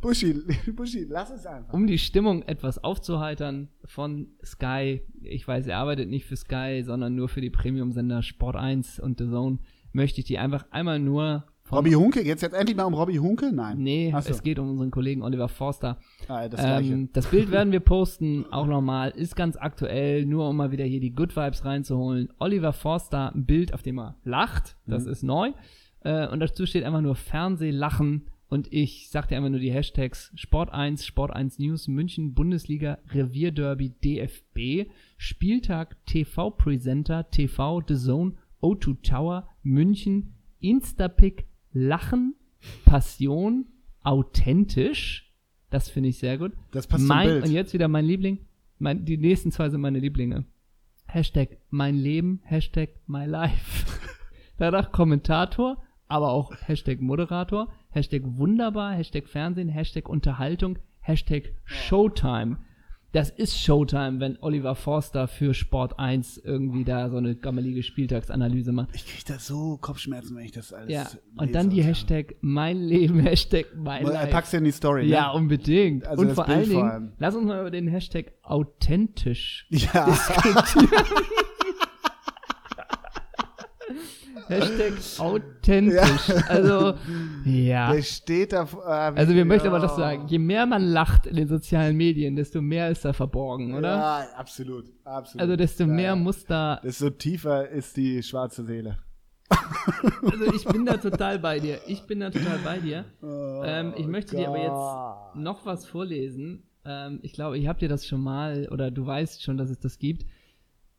Buschi, Buschi, lass es einfach.
um die Stimmung etwas aufzuheitern von Sky, ich weiß, er arbeitet nicht für Sky, sondern nur für die Premium-Sender Sport 1 und The Zone, möchte ich die einfach einmal nur von,
Robby Hunke, geht's jetzt endlich mal um Robby Hunke? Nein.
Nee,
Ach so.
es geht um unseren Kollegen Oliver Forster.
ah, das Gleiche.
Ähm, das Bild werden wir posten, auch nochmal, ist ganz aktuell, nur um mal wieder hier die Good Vibes reinzuholen. Oliver Forster, ein Bild, auf dem er lacht, das ist neu. Äh, und dazu steht einfach nur Fernsehlachen und ich sag dir einfach nur die Hashtags Sport1, Sport1 News, München, Bundesliga, Revierderby, DFB, Spieltag, TV-Presenter, TV, The Zone, O2 Tower, München, Instapick, Lachen, Passion, authentisch. Das finde ich sehr gut.
Das passt zum
mein,
Bild.
Und jetzt wieder mein Liebling. Mein, die nächsten zwei sind meine Lieblinge. Hashtag mein Leben, Hashtag my life. Danach Kommentator, aber auch Hashtag Moderator, Hashtag wunderbar, Hashtag Fernsehen, Hashtag Unterhaltung, Hashtag Showtime. Das ist Showtime, wenn Oliver Forster für Sport 1 irgendwie da so eine gammelige Spieltagsanalyse macht.
ich krieg da so Kopfschmerzen, wenn ich das alles
Ja,
lese
und dann die Hashtag mein Leben, Hashtag mein
Mal, äh,
Life.
Packst du in die Story,
Ja, um-
ne?
unbedingt.
Also
und
das
vor
Bild
allen
vor
Dingen,
allem.
lass uns mal über den Hashtag authentisch
Ja.
Hashtag authentisch. Also, ja.
Der steht da. Äh, wie-
Also, wir möchten aber
ja.
das sagen. Je mehr man lacht in den sozialen Medien, desto mehr ist da verborgen, oder?
Ja, absolut. absolut.
Also, desto
Ja,
mehr
ja.
muss da.
Desto tiefer ist die schwarze Seele.
Also, ich bin da total bei dir. Ich bin da total bei dir. ähm, ich möchte dir aber
Oh Gott.
jetzt noch was vorlesen. Ähm, ich glaube, ich habe dir das schon mal, oder du weißt schon, dass es das gibt.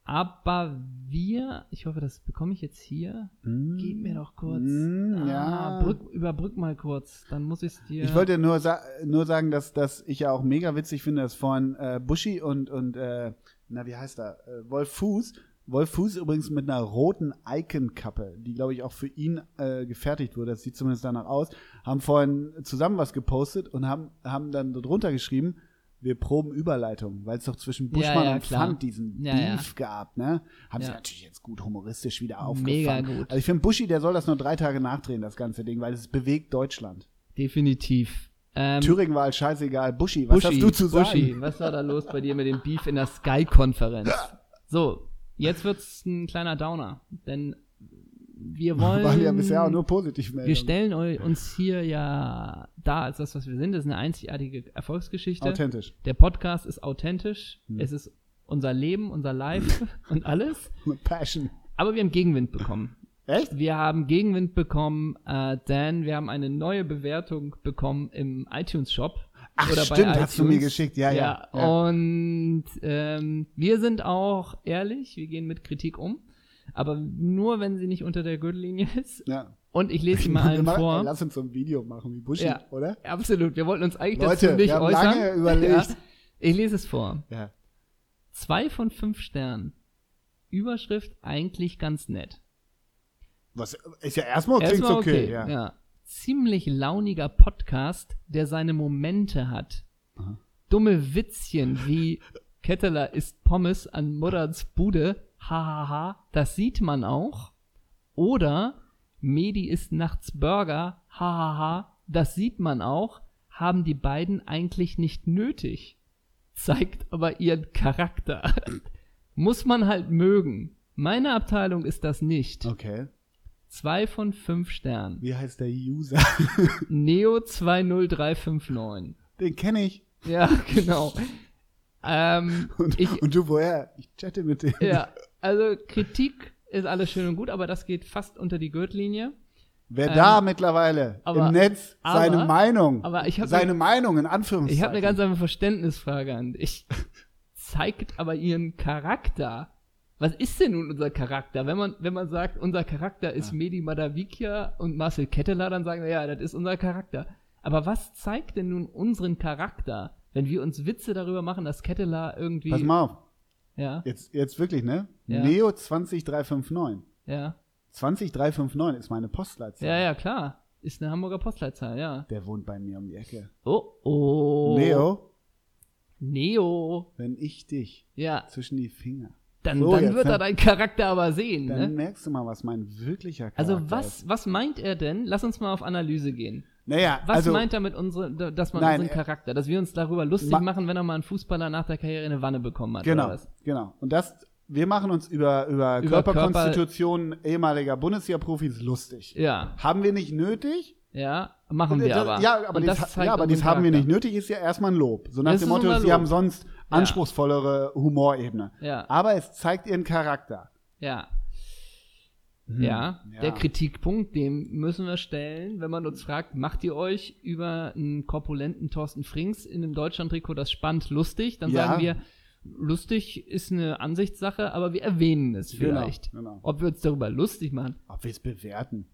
Aber wir, ich hoffe, das bekomme ich jetzt hier.
Hm.
Gib mir doch kurz. Ah,
Mm, ja.
brück, überbrück mal kurz, dann muss ich es dir.
Ich wollte nur, sa nur sagen, dass, dass ich ja auch mega witzig finde, dass vorhin äh, Buschi und, und äh, na, wie heißt er? Äh, Wolf Fuß. Wolf Fuß übrigens mit einer roten Icon-Kappe, die, glaube ich, auch für ihn äh, gefertigt wurde. Das sieht zumindest danach aus. Haben vorhin zusammen was gepostet und haben, haben dann drunter geschrieben, wir proben Überleitung, weil es doch zwischen Buschmann
Ja, ja,
und
klar.
Pfand diesen
Ja, ja.
Beef gab, ne? Haben sie
Ja.
natürlich jetzt gut humoristisch wieder
Mega
aufgefangen.
gut.
Also ich finde, Buschi, der soll das nur drei Tage nachdrehen, das ganze Ding, weil es bewegt Deutschland.
Definitiv. Ähm,
Thüringen war halt scheißegal. Buschi, was
Buschi,
hast du zu
Buschi,
sagen?
was war da los bei dir mit dem Beef in der Sky-Konferenz? So, jetzt wird's ein kleiner Downer, denn wir wollen.
Waren ja bisher auch
Ähm,
nur positiv
wir
melden.
stellen eu- uns hier ja da als das, was wir sind. Das ist eine einzigartige Erfolgsgeschichte.
Authentisch.
Der Podcast ist authentisch.
Hm.
Es ist unser Leben, unser Life und alles.
Mit Passion.
Aber wir haben Gegenwind bekommen.
Echt?
Wir haben Gegenwind bekommen, äh, denn wir haben eine neue Bewertung bekommen im iTunes Shop.
Ach,
oder bei
stimmt,
iTunes. oh,
hast du mir geschickt. Ja, ja. ja.
Und ähm, wir sind auch ehrlich, wir gehen mit Kritik um, aber nur wenn sie nicht unter der Gürtellinie ist.
ja.
Und ich lese sie mal
Wir
allen
machen-
vor.
Lass uns so ein Video machen wie Buschi,
Ja.
oder?
Absolut, wir wollten uns eigentlich
Leute,
dazu nicht
wir haben
äußern.
lange überlegt.
Ich lese es vor.
Ja.
Zwei von fünf Sternen. Überschrift eigentlich ganz nett.
Was ist ja erstmal klingt
Erstmal
okay. Ja.
Ziemlich launiger Podcast, der seine Momente hat.
Aha.
Dumme Witzchen wie Ketteler isst Pommes an Murrads Bude. Hahaha, das sieht man auch. Oder Medi isst nachts Burger. Hahaha, das sieht man auch. Haben die beiden eigentlich nicht nötig. Zeigt aber ihren Charakter. Muss man halt mögen. Meine Abteilung ist das nicht.
Okay.
Zwei von fünf Sternen.
Wie heißt der User?
Neo 20359.
Den kenne ich.
Ja, genau. ähm,
Und,
ich,
und du woher? Ich chatte mit dem.
ja, also Kritik ist alles schön und gut, aber das geht fast unter die Gürtellinie.
Wer
Ähm,
da mittlerweile
aber-
im Netz seine
aber-
Meinung,
aber ich hab
seine
ne-
Meinung in
Ich
Anführungszeichen.
habe eine ganz einfache Verständnisfrage an dich. Zeigt aber ihren Charakter. Was ist denn nun unser Charakter? Wenn man, wenn man sagt, unser Charakter ist Medi Madavikia und Marcel Ketteler, dann sagen wir, ja, das ist unser Charakter. Aber was zeigt denn nun unseren Charakter, wenn wir uns Witze darüber machen, dass Ketteler irgendwie.
Pass mal auf.
Ja,
Jetzt, jetzt wirklich, ne?
Ja.
Neo 20359.
ja.
20359 ist meine Postleitzahl.
Ja, ja, klar. Ist eine Hamburger Postleitzahl, ja.
Der wohnt bei mir um die Ecke.
Oh, oh.
Neo,
Neo.
wenn ich dich
Ja,
zwischen die Finger,
dann,
So,
dann
jetzt,
wird
ne?
er deinen Charakter aber sehen,
dann Oh
ne?
merkst du mal, was mein wirklicher Charakter
Also
ist.
was, was meint er denn? Lass uns mal auf Analyse gehen.
Naja,
Was
also,
meint er mit unserem, da- dass man
Nein,
unseren
er-
Charakter, dass wir uns darüber lustig
Ma-
machen, wenn er mal einen Fußballer nach der Karriere in eine Wanne bekommen hat? Oder
genau,
was?
genau. Und das, wir machen uns über, über,
Über
Körperkonstitutionen ehemaliger Bundesliga-Profis lustig.
Ja,
Haben wir nicht nötig?
ja, machen wir
Das-
aber.
Ja, aber
Und
dies,
das zeigt
ja, aber
unseren
dies haben wir
Charakter.
nicht nötig, ist ja erstmal ein Lob. So nach
Das
dem
ist unser
Motto, sie
Lob.
haben sonst anspruchsvollere Humorebene.
Ja.
Aber es zeigt ihren Charakter.
Ja.
Hm,
Ja,
ja.
der Kritikpunkt, dem müssen wir stellen, wenn man uns fragt, macht ihr euch über einen korpulenten Thorsten Frings in einem Deutschland-Trikot das spannend lustig? Dann
Ja.
sagen wir, lustig ist eine Ansichtssache, aber wir erwähnen es
Genau,
vielleicht.
genau.
Ob wir uns darüber lustig machen,
Ob wir es bewerten.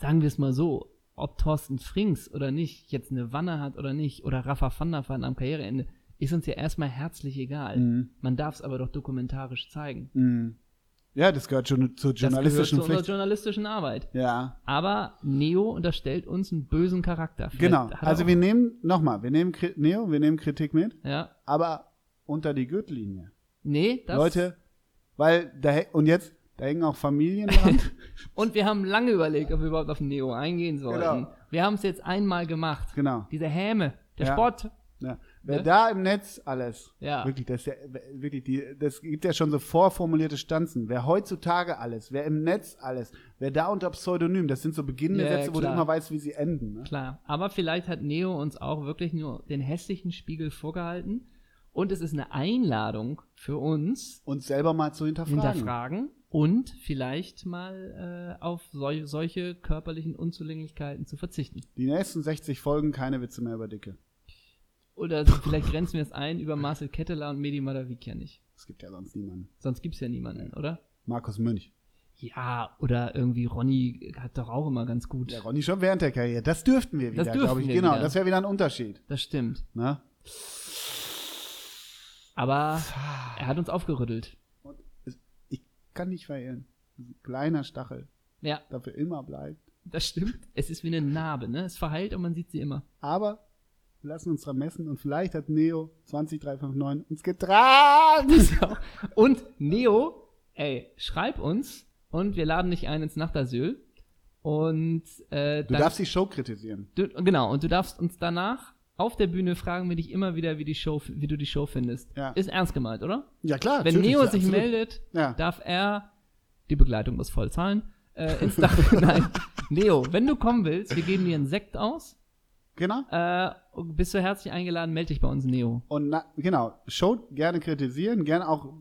sagen wir es mal so, ob Thorsten Frings oder nicht jetzt eine Wanne hat oder nicht oder Rafa van der Vaart am Karriereende, ist uns ja erstmal herzlich egal.
Mhm.
Man darf es aber doch dokumentarisch zeigen.
Mhm. Ja, das gehört schon zur journalistischen
das gehört zu unserer
Pflicht.
journalistischen Arbeit.
Ja,
Aber Neo unterstellt uns einen bösen Charakter. Vielleicht
genau.
hat er
Also
auch-
wir nehmen, nochmal, wir nehmen Kri Neo, wir nehmen Kritik mit,
Ja.
aber unter die Gürtellinie.
Nee, das.
Leute, weil da, hä- und jetzt, da hängen auch Familien dran.
Und wir haben lange überlegt, ob wir überhaupt auf Neo eingehen sollten.
Genau.
Wir haben es jetzt einmal gemacht.
genau.
Diese Häme, der
Ja.
Sport.
Ja. Wer
Ne?
da im Netz alles,
Ja.
wirklich, das, ist ja, wirklich die, das gibt ja schon so vorformulierte Stanzen. Wer heutzutage alles, wer im Netz alles, wer da unter Pseudonym, das sind so beginnende
Ja, ja,
Sätze, wo du
klar.
immer weißt, wie sie enden. Ne?
Klar. Aber vielleicht hat Neo uns auch wirklich nur den hässlichen Spiegel vorgehalten. Und es ist eine Einladung für uns,
Und selber mal zu hinterfragen.
hinterfragen und vielleicht mal äh, auf sol solche körperlichen Unzulänglichkeiten zu verzichten.
Die nächsten 60 Folgen keine Witze mehr über Dicke.
Oder vielleicht grenzen wir es ein über Marcel Ketteler und Medi Madavikia nicht.
Es gibt ja sonst niemanden.
Sonst gibt's ja niemanden, oder?
Markus Münch.
Ja, oder irgendwie Ronny hat doch auch immer ganz gut.
Der Ronny schon während der Karriere. Das dürften wir
Das
wieder,
dürften
glaube ich.
wir
Genau,
wieder.
das wäre wieder ein Unterschied.
Das stimmt.
Ne?
Aber er hat uns aufgerüttelt.
Und es- ich kann nicht verirren. Ein kleiner Stachel,
Ja,
dafür immer bleibt.
das stimmt. Es ist wie eine Narbe, ne? Es verheilt und man sieht sie immer.
Aber wir lassen uns dran messen und vielleicht hat Neo 20359 uns getragen.
So. Und Neo, ey, schreib uns und wir laden dich ein ins Nachtasyl. Und äh,
Du darfst die Show kritisieren.
du, genau, und du darfst uns danach auf der Bühne fragen wir dich immer wieder, wie, die Show, wie du die Show findest.
Ja.
Ist ernst gemeint, oder?
Ja klar.
Wenn
natürlich,
Neo
ja,
sich
absolut.
meldet,
Ja.
darf er die Begleitung muss voll zahlen. Äh, ins Dach, nein. Neo, wenn du kommen willst, wir geben dir einen Sekt aus.
Genau.
Äh, bist du herzlich eingeladen, melde dich bei uns, Neo.
Und na, genau, Show gerne kritisieren, gerne auch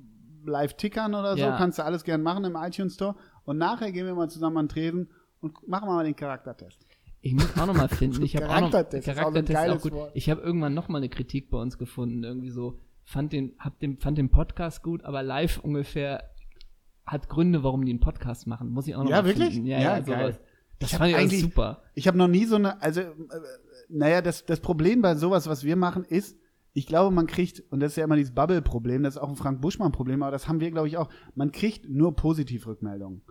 live tickern oder so,
Ja.
kannst du alles gerne machen im iTunes Store. Und nachher gehen wir mal zusammen an den Tresen und machen wir mal den Charaktertest.
Ich muss auch nochmal finden. Ich habe auch noch
Charaktertest ist auch so ein
Charaktertest
geiles
auch gut.
Wort.
Ich habe irgendwann nochmal eine Kritik bei uns gefunden, irgendwie so fand den hab den fand den Podcast gut, aber live ungefähr hat Gründe, warum die einen Podcast machen. Muss ich auch noch
Ja,
mal
wirklich?
finden. Ja,
Ja,
ja,
geil.
sowas. Das
Ich hab
fand ich alles
eigentlich-
super.
Ich habe noch nie so eine, also, äh, naja, das, das Problem bei sowas, was wir machen, ist, ich glaube, man kriegt, und das ist ja immer dieses Bubble-Problem, das ist auch ein Frank-Buschmann-Problem, aber das haben wir, glaube ich, auch, man kriegt nur positiv Rückmeldungen.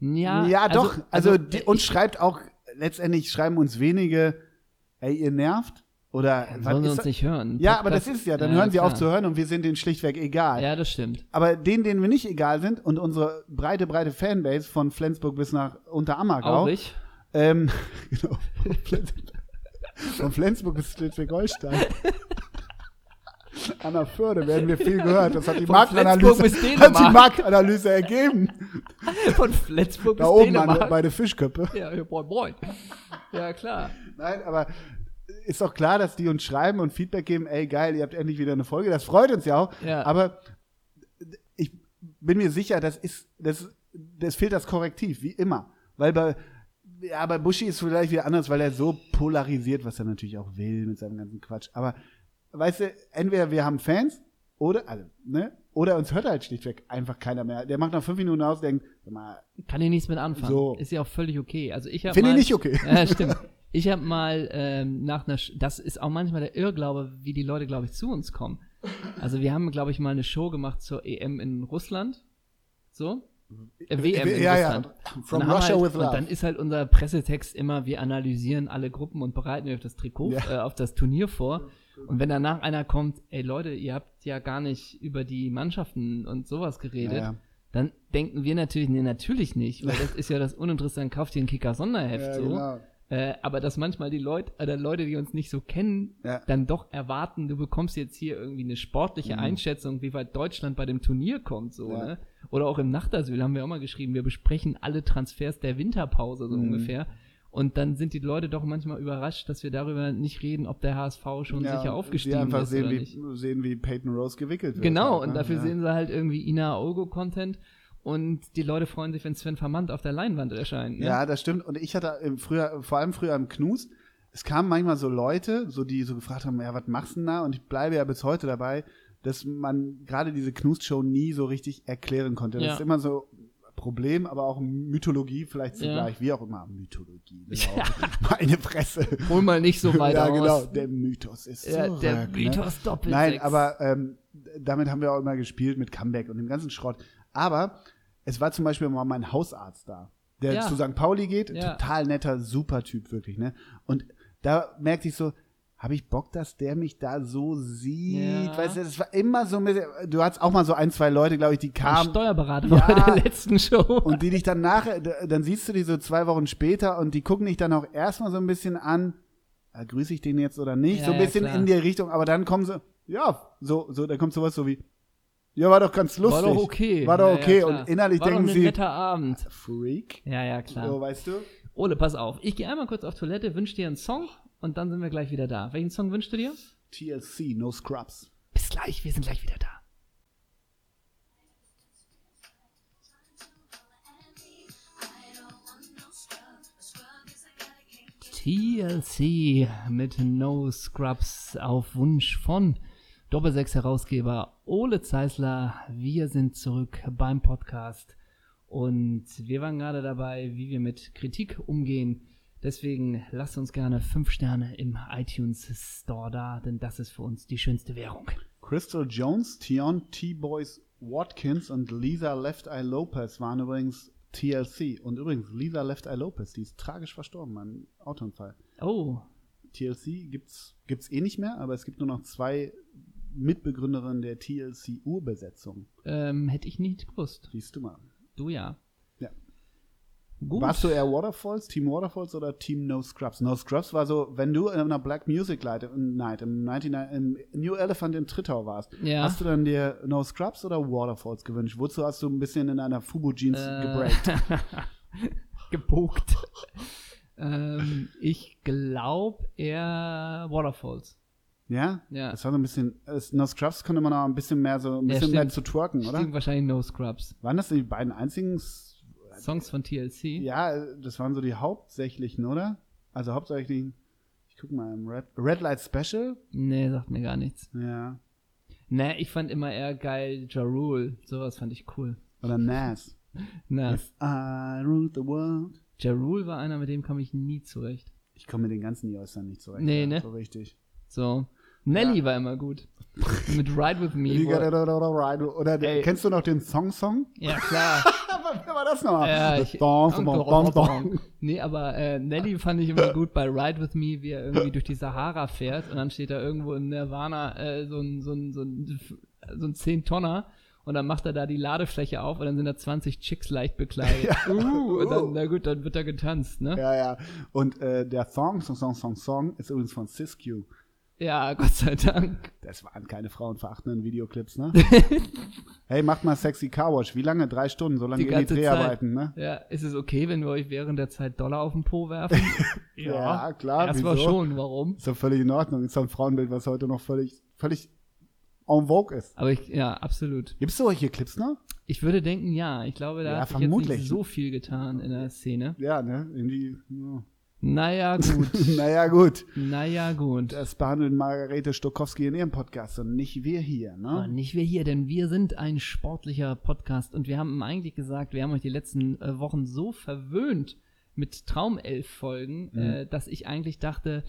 Ja,
Ja, doch, also, die,
äh,
uns schreibt auch, letztendlich schreiben uns wenige, ey, ihr nervt, oder,
dann
was
sollen sie
ist
uns
das?
nicht hören.
Ja, aber das
Podcast-
ist ja, dann hören sie
klar.
auf zu hören und wir sind denen schlichtweg egal.
Ja, das stimmt.
Aber denen, denen wir nicht egal sind und unsere breite, breite Fanbase von Flensburg bis nach Unterammergau,
Aurich.
ähm, genau, von Flens- von Flensburg bis Schleswig-Holstein. An der Förde werden wir viel gehört. Das hat die
Von
Marktanalyse,
Flensburg bis
hat die
Dänemark.
Marktanalyse ergeben.
Von Flensburg
Da
bis
oben
Dänemark.
an, bei den Fischköppe.
ja, ja, moin, moin. Ja, klar.
Nein, aber ist doch klar, dass die uns schreiben und Feedback geben, ey geil, ihr habt endlich wieder eine Folge, das freut uns ja auch.
Ja.
Aber ich bin mir sicher, das ist, das, das fehlt das Korrektiv, wie immer. Weil bei, ja, bei Buschi ist vielleicht wieder anders, weil er so polarisiert, was er natürlich auch will mit seinem ganzen Quatsch. Aber weißt du, entweder wir haben Fans oder, also, ne? Oder uns hört halt schlichtweg einfach keiner mehr. Der macht nach fünf Minuten aus, denkt, sag mal,
Kann ich nichts mit anfangen.
So.
Ist ja auch völlig okay. Also ich hab
finde ich
mal-
nicht okay.
Ja, stimmt. Ich habe mal ähm, nach einer, Sch- das ist auch manchmal der Irrglaube, wie die Leute, glaube ich, zu uns kommen. Also wir haben, glaube ich, mal eine Show gemacht zur EM in Russland. So? Äh, WM in
Mhm. ja, ja.
Russland. Und
From
dann haben
Russia
halt,
with
Und
Love.
dann ist halt unser Pressetext immer, wir analysieren alle Gruppen und bereiten euch auf das Trikot,
Ja.
äh, auf das Turnier vor. Und wenn danach einer kommt, ey Leute, ihr habt ja gar nicht über die Mannschaften und sowas geredet,
Ja, ja.
dann denken wir natürlich, nee, natürlich nicht, weil das ist ja das Uninteressante, kauft ihr ein Kicker-Sonderheft
Ja,
so.
genau.
Äh, aber dass manchmal die Leute, oder Leute, die uns nicht so kennen,
Ja.
dann doch erwarten, du bekommst jetzt hier irgendwie eine sportliche Einschätzung, wie weit Deutschland bei dem Turnier kommt, so,
Mhm. Ja.
ne? Oder auch im Nachtasyl haben wir auch mal geschrieben, wir besprechen alle Transfers der Winterpause, so
Mhm.
ungefähr. Und dann sind die Leute doch manchmal überrascht, dass wir darüber nicht reden, ob der HSV schon
Ja,
sicher
und
aufgestiegen
die einfach
ist
sehen,
oder
wie,
nicht.
sehen, wie Peyton Rose gewickelt wird.
Genau,
halt,
und
ne?
dafür
ja.
sehen sie halt irgendwie Ina Ogo-Content und die Leute freuen sich, wenn Sven Vermandt auf der Leinwand erscheint. Ne?
Ja, das stimmt. Und ich hatte im früher, vor allem früher im Knus, es kamen manchmal so Leute, so die so gefragt haben, ja, was machst du denn da? Und ich bleibe ja bis heute dabei, dass man gerade diese Knus-Show nie so richtig erklären konnte.
Ja.
Das ist immer so ein Problem, aber auch Mythologie vielleicht
Ja.
zugleich, wie auch immer. Mythologie, genau. Meine Fresse.
Hol mal nicht so weit
ja,
aus.
genau. Der Mythos ist
Ja,
zurück, ne?
der Mythos Doppelsechs.
Nein, aber ähm, damit haben wir auch immer gespielt mit Comeback und dem ganzen Schrott. Aber es war zum Beispiel mal mein Hausarzt da, der
Ja.
zu St. Pauli geht.
Ja.
Total netter, super Typ, wirklich. Ne? Und da merkte ich so, habe ich Bock, dass der mich da so sieht?
Ja.
Weißt du, das war immer so ein bisschen, du hattest auch mal so ein, zwei Leute, glaube ich, die
Mein
kamen
Steuerberater
Ja.
bei der letzten Show.
und die dich dann nachher, dann siehst du die so zwei Wochen später und die gucken dich dann auch erstmal so ein bisschen an, äh, grüße ich den jetzt oder nicht,
Ja,
so ein
ja,
bisschen
klar.
in die Richtung, aber dann kommen sie, ja, so, so, dann kommt sowas so wie, ja, war doch ganz lustig.
War doch okay.
War doch
Ja,
okay
ja, klar.
und innerlich
war
denken
doch ein
sie,
netter Abend.
Freak,
Ja, ja, klar.
so, weißt du?
Ole, pass auf. Ich gehe einmal kurz auf Toilette, wünsche dir einen Song und dann sind wir gleich wieder da. Welchen Song wünschst du dir?
TLC, no scrubs.
Bis gleich, wir sind gleich wieder da. TLC mit No Scrubs auf Wunsch von Doppelsechs Herausgeber Ole Zeisler. Wir sind zurück beim Podcast und wir waren gerade dabei, wie wir mit Kritik umgehen. Deswegen lasst uns gerne fünf Sterne im iTunes Store da, denn das ist für uns die schönste Währung.
Crystal Jones, Tion T-Boys Watkins und Lisa Left Eye Lopez waren übrigens TLC. Und übrigens, Lisa Left Eye Lopez, die ist tragisch verstorben beim Autounfall.
Oh,
TLC gibt's, gibt's eh nicht mehr, aber es gibt nur noch zwei Mitbegründerinnen der TLC-Urbesetzung.
ähm, hätte ich nicht gewusst.
Siehst du mal.
Du ja.
Ja.
Gut.
Warst du eher Waterfalls, Team Waterfalls oder Team No Scrubs? No Scrubs war so, wenn du in einer Black Music Light- Night im, 99, im New Elephant in Trittau warst,
Ja.
hast du dann dir No Scrubs oder Waterfalls gewünscht? Wozu hast du ein bisschen in einer Fubu Jeans
Äh,
gebreakt?
Gebogt. ähm, ich glaube eher Waterfalls.
Ja?
Ja.
Das war so ein bisschen, es- No Scrubs konnte man auch ein bisschen mehr so, ein
Ja,
bisschen mehr
stimmt.
zu twerken, oder?
Deswegen wahrscheinlich No Scrubs.
Waren das die beiden einzigen? S-
Songs von TLC.
Ja, das waren so die hauptsächlichen, oder? Also hauptsächlich, ich guck mal, im Red, Red Light Special?
Nee, sagt mir gar nichts.
Ja.
Nee, ich fand immer eher geil Ja Rule. Sowas fand ich cool.
Oder Nas.
Na,
If I rule the world.
Ja Rule war einer, mit dem kam ich nie zurecht.
Ich komme mit den ganzen Yoistern nicht zurecht.
Nee,
ja,
ne?
So richtig.
So. Nelly
Ja.
war immer gut. Mit Ride With Me.
You gotta
wo,
do- do- do- right. Oder der-
Ey.
kennst du noch den Song Song?
ja, klar.
Wer war das nochmal?
Ja, ich,
Dong, dong, dong, dong.
Nee, aber äh, Nelly fand ich immer gut bei Ride With Me, wie er irgendwie durch die Sahara fährt und dann steht da irgendwo im Nirvana äh, so ein, so ein, so ein, so ein 10-Tonner und dann macht er da die Ladefläche auf und dann sind da 20 Chicks leicht bekleidet. uh, und dann, na gut, dann wird da getanzt, ne?
Ja, ja. Und äh, der Song Song Song Song Song ist übrigens von Siskiyou.
Ja, Gott sei Dank.
Das waren keine frauenverachtenden Videoclips, ne? hey, macht mal Sexy Car Wash. Wie lange? Drei Stunden, so lange
Die
gehen die
ganze
Dreharbeiten, ne?
Ja, ist es okay, wenn wir euch während der Zeit Dollar auf den Po werfen?
Ja, klar,
Erstmal
wieso?
schon, warum?
Ist doch völlig in Ordnung. Ist doch ein Frauenbild, was heute noch völlig, völlig en vogue ist.
Aber ich, ja, absolut.
Gibt's solche Clips noch?
Ich würde denken, ja. Ich glaube, da
Ja,
hat sich jetzt
vermutlich.
nicht so viel getan in der Szene.
Ja, ne? Irgendwie. Ja.
Naja, gut.
naja, gut.
naja, gut.
Das behandeln Margarete Stokowski in ihrem Podcast und nicht wir hier,
Aber
ne?
nicht wir hier, denn wir sind ein sportlicher Podcast und wir haben eigentlich gesagt, wir haben euch die letzten äh, Wochen so verwöhnt mit Traumelf-Folgen,
Mhm.
äh, dass ich eigentlich dachte,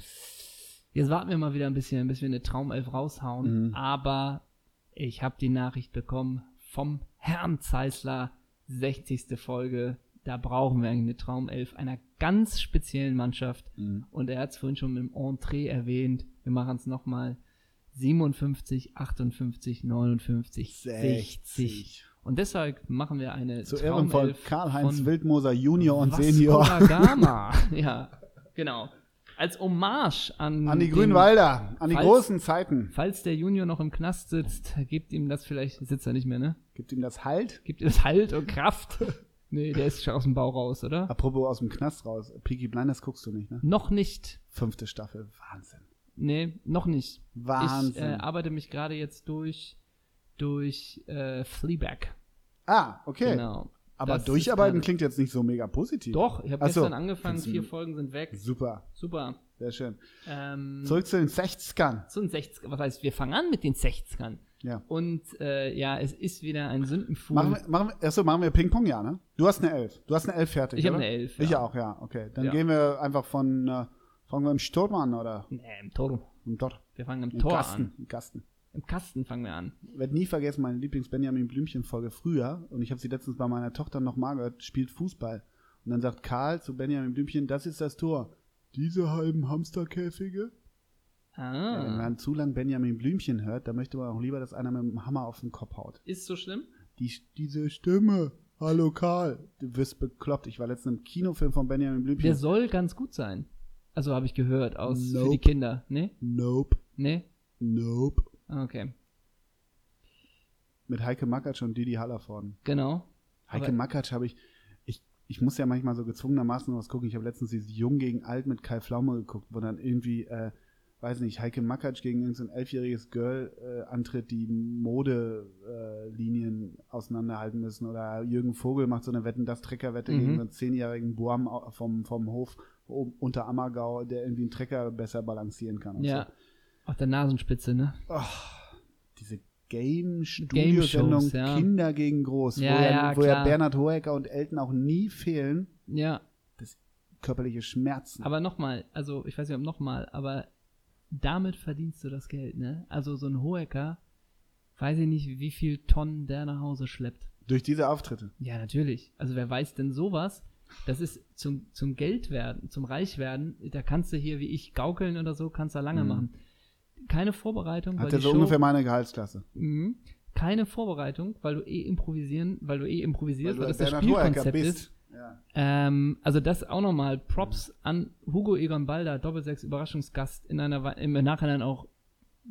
jetzt warten wir mal wieder ein bisschen, bis wir eine Traumelf raushauen.
Mhm.
Aber ich habe die Nachricht bekommen vom Herrn Zeisler, 60. Folge. Da brauchen wir eine Traumelf einer ganz speziellen Mannschaft.
Mhm.
Und er hat es vorhin schon im Entree erwähnt. Wir machen es nochmal. 57, 58, 59, 60.
60.
Und deshalb machen wir eine
Zu Ehren von
Traumelf
Karl-Heinz
von
Wildmoser Junior und
Vasco
Senior.
da Gama. ja, genau. Als Hommage an,
An die
den-
Grünwalder, an die
Falls-
großen Zeiten.
Falls der Junior noch im Knast sitzt, gibt ihm das vielleicht, sitzt er nicht mehr, ne?
Gibt ihm das Halt.
Gibt ihm das Halt und Kraft. nee, der ist schon aus dem Bau raus, oder?
Apropos aus dem Knast raus. Peaky Blinders guckst du nicht, ne?
Noch nicht.
Fünfte Staffel. Wahnsinn.
Nee, noch nicht.
Wahnsinn.
Ich äh, arbeite mich gerade jetzt durch, durch äh, Fleabag.
ah, okay.
Genau.
Aber
Das
durcharbeiten
ist gerade-
klingt jetzt nicht so mega positiv.
Doch, ich habe
Ach so.
gestern angefangen,
Findest du-
vier Folgen sind weg.
Super,
Super.
sehr schön.
Ähm,
Zurück zu den 60ern.
zu den 60 Was heißt, wir fangen an mit den 60ern.
Ja.
Und äh, ja, es ist wieder ein Sündenfuhl.
Machen wir, machen wir, achso, machen wir Ping-Pong, ja, ne? Du hast eine Elf. Du hast eine Elf fertig,
Ich hab
oder?
eine Elf,
Ich
ja.
auch, ja. Okay, dann
Ja.
gehen wir einfach von, äh, fangen wir im Sturm an, oder?
nee, im Tor.
Im Dort.
Wir fangen im,
Im
Tor
Kasten.
an.
Im Kasten.
Im Kasten fangen wir an.
Werd nie vergessen, meine Lieblings-Benjamin-Blümchen-Folge früher, und ich habe sie letztens bei meiner Tochter nochmal gehört, spielt Fußball. Und dann sagt Karl zu Benjamin Blümchen, das ist das Tor. Diese halben Hamsterkäfige? Ja, wenn
Ah.
man zu lang Benjamin Blümchen hört, dann möchte man auch lieber, dass einer mit dem Hammer auf den Kopf haut.
ist so schlimm?
die, diese Stimme. Hallo Karl. Du wirst bekloppt. Ich war letztens im Kinofilm von Benjamin
Der
Blümchen.
soll ganz gut sein. Also habe ich gehört aus für
Nope.
die Kinder. Nee?
Nope.
Nee?
Nope.
Okay.
Mit Heike Makatsch und Didi Hallervorden.
Genau.
Heike
Aber-
Makatsch habe ich, ich, ich muss ja manchmal so gezwungenermaßen was gucken. Ich habe letztens dieses Jung gegen Alt mit Kai Pflaume geguckt, wo dann irgendwie, äh, weiß nicht, Heike Makatsch gegen irgendein so elfjähriges Girl äh, antritt, die Modelinien äh, Linien auseinanderhalten müssen. Oder Jürgen Vogel macht so eine Wetten, das Treckerwette
Mhm.
gegen so einen zehnjährigen Boam au- äh, vom, vom Hof, oben unter Ammergau, der irgendwie einen Trecker besser balancieren kann. Und
ja.
So.
Auf der Nasenspitze, ne?
Ach, Ah, diese Game Studio Sendung
Game-Shows, ja.
Kinder gegen Groß,
Ja,
wo, ja,
ja,
wo ja
klar.
Bernhard Hoecker und Elton auch nie fehlen,
Ja.
körperliche Schmerzen.
Aber nochmal, also ich weiß nicht, ob nochmal, aber damit verdienst du das Geld, ne? Also so ein Hoeker, weiß ich nicht, wie viel Tonnen der nach Hause schleppt.
Durch diese Auftritte.
Ja, natürlich. Also wer weiß denn sowas? Das ist zum, zum Geldwerden, zum Reichwerden, da kannst du hier wie ich gaukeln oder so, kannst du lange
Mhm.
machen. Keine Vorbereitung, weil
Hat
die
ja so
Show,
ungefähr meine Gehaltsklasse.
Mhm. keine Vorbereitung, weil du eh improvisieren, weil du eh improvisierst, weil,
ein
das das
Hoeker
Spielkonzept ist.
Ja.
Ähm, also das auch nochmal Props an Hugo Egon Balder, Doppelsechs Überraschungsgast in einer Wei- im Nachhinein auch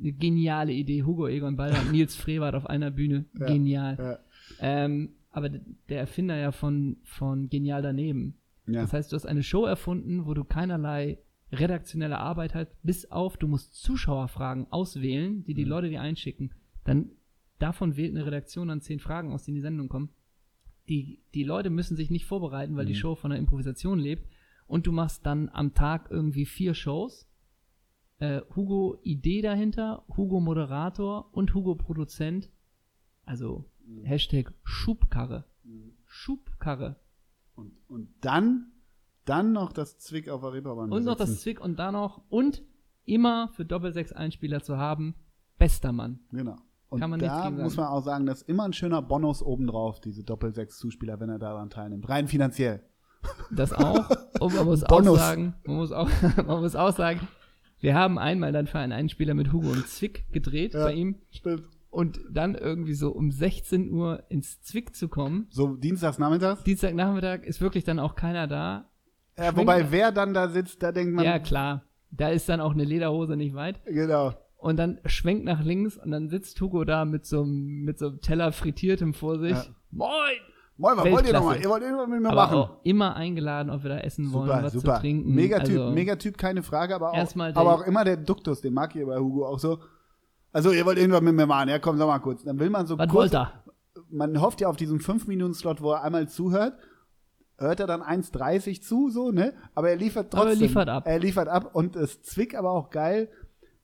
eine geniale Idee. Hugo Egon Balder und Nils Frevert auf einer Bühne.
Ja,
Genial.
ja.
Ähm, aber d- der Erfinder ja von, von Genial daneben.
Ja.
Das heißt, du hast eine Show erfunden, wo du keinerlei redaktionelle Arbeit hast, bis auf, du musst Zuschauerfragen auswählen, die die
Mhm.
Leute dir einschicken. Dann davon wählt eine Redaktion dann zehn Fragen aus, die in die Sendung kommen. Die, die Leute müssen sich nicht vorbereiten, weil die
Mhm.
Show von der Improvisation lebt. Und du machst dann am Tag irgendwie vier Shows. Äh, Hugo Idee dahinter, Hugo Moderator und Hugo Produzent. Also
Mhm.
Hashtag Schubkarre. Schubkarre.
Und, und dann, dann noch das Zwick auf der Reeperbahn.
Und noch das
besitzen.
Zwick und da noch. Und immer für Doppelsechs-Einspieler zu haben, bester Mann.
Genau. Und
Kann man nichts
da
gegen sagen.
muss man auch sagen, das ist immer ein schöner Bonus obendrauf, diese Doppel-Sechs-Zuspieler, wenn er daran teilnimmt. Rein finanziell.
Das auch. Und man muss auch
Bonus.
sagen, man muss auch, man muss auch sagen, wir haben einmal dann für einen Einspieler mit Hugo und Zwick gedreht
Ja.
bei ihm.
Stimmt.
Und dann irgendwie so um 16 Uhr ins Zwick zu kommen.
So dienstags nachmittags.
Dienstagnachmittag ist wirklich dann auch keiner da.
Äh, wobei, wer dann da sitzt, da denkt man,
ja, klar. Da ist dann auch eine Lederhose nicht weit.
genau.
Und dann schwenkt nach links und dann sitzt Hugo da mit so einem, mit so einem Teller frittiertem vor sich.
Ja.
Moin!
Moin, was wollt ihr
Weltklasse.
nochmal? Ihr wollt irgendwas mit mir
aber
machen?
auch immer eingeladen, ob wir da essen wollen, was zu trinken.
Mega Typ,
Also,
mega Typ, keine Frage, aber auch,
Erstmal der-
aber auch immer der Duktus, den mag ich bei Hugo auch so. Also, ihr wollt irgendwas mit mir machen, ja, komm, sag mal kurz. Dann will man so
Was
kurz,
wollt ihr?
man hofft ja auf diesen 5-Minuten-Slot, wo er einmal zuhört, hört er dann 1,30 zu, so, ne? Aber er liefert
Aber
trotzdem.
er liefert ab.
Er liefert ab und es zwick aber auch geil.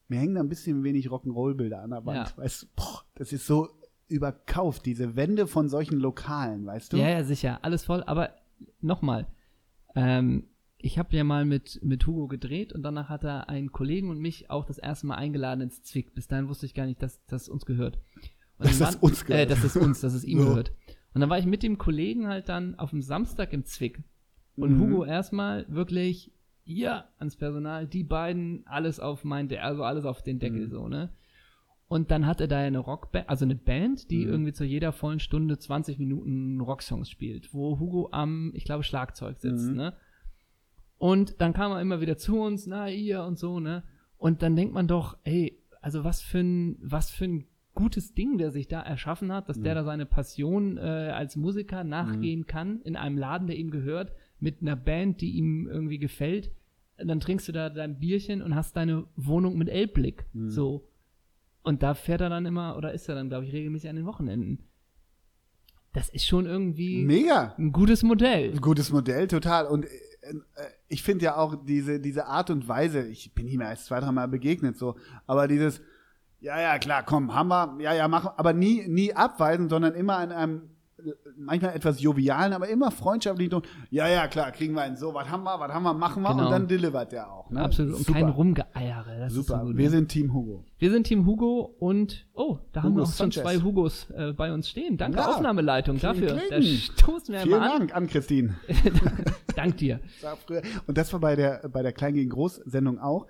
Mir hängen da ein bisschen wenig Rock'n'Roll-Bilder an der Wand,
Ja.
weißt du? Boah, das ist so überkauft, diese Wände von solchen Lokalen, weißt du?
Ja, ja, sicher, alles voll. Aber nochmal, ähm, ich habe ja mal mit, mit Hugo gedreht und danach hat er einen Kollegen und mich auch das erste Mal eingeladen ins Zwick. Bis dahin wusste ich gar nicht, dass das uns gehört. Und
Dass
dann
das
waren-
uns gehört.
Äh, dass das uns, dass es ihm
Ja.
gehört. Und dann war ich mit dem Kollegen halt dann auf dem Samstag im Zwick. Und
Mhm.
Hugo erstmal wirklich, ja, ans Personal, die beiden, alles auf mein, De also alles auf den Deckel,
Mhm.
so, ne? Und dann hat er da ja eine Rockband, also eine Band, die
Mhm.
irgendwie zu jeder vollen Stunde 20 Minuten Rocksongs spielt, wo Hugo am, ich glaube, Schlagzeug sitzt,
Mhm.
ne? Und dann kam er immer wieder zu uns, na, ihr und so, ne? Und dann denkt man doch, ey, also was für ein, was für ein gutes Ding, der sich da erschaffen hat, dass
Mhm.
der da seine Passion äh, als Musiker nachgehen kann, in einem Laden, der ihm gehört, mit einer Band, die ihm irgendwie gefällt. Dann trinkst du da dein Bierchen und hast deine Wohnung mit Elbblick.
Mhm.
So. Und da fährt er dann immer, oder ist er dann, glaube ich, regelmäßig an den Wochenenden. Das ist schon irgendwie
Mega.
ein gutes Modell.
Ein Gutes Modell, total. Und äh, äh, ich finde ja auch diese, diese Art und Weise, ich bin ihm erst zwei, dreimal begegnet, so, aber dieses, ja, ja, klar, komm, haben wir, ja, ja, machen, aber nie, nie abweisen, sondern immer in einem, äh, manchmal etwas jovialen, aber immer freundschaftlichen Ton. Ja, ja, klar, kriegen wir einen. So, was haben wir, was haben wir, machen wir.
Genau.
Und dann delivert der auch. Ne?
Absolut. Und
Super.
kein Rumgeeiere. Das Ist
Super.
so gut,
wir
ne?
sind Team Hugo.
wir sind Team Hugo und, oh, da haben wir
Hugo
auch schon
Sanchez.
zwei Hugos äh, bei uns stehen. Danke,
Ja.
Aufnahmeleitung
Kling,
dafür.
kling.
Da stoßen wir
Vielen
mal
Dank an Christine.
an. Dank dir.
Sah früher- Und das war bei der, bei der Klein gegen Groß-Sendung auch,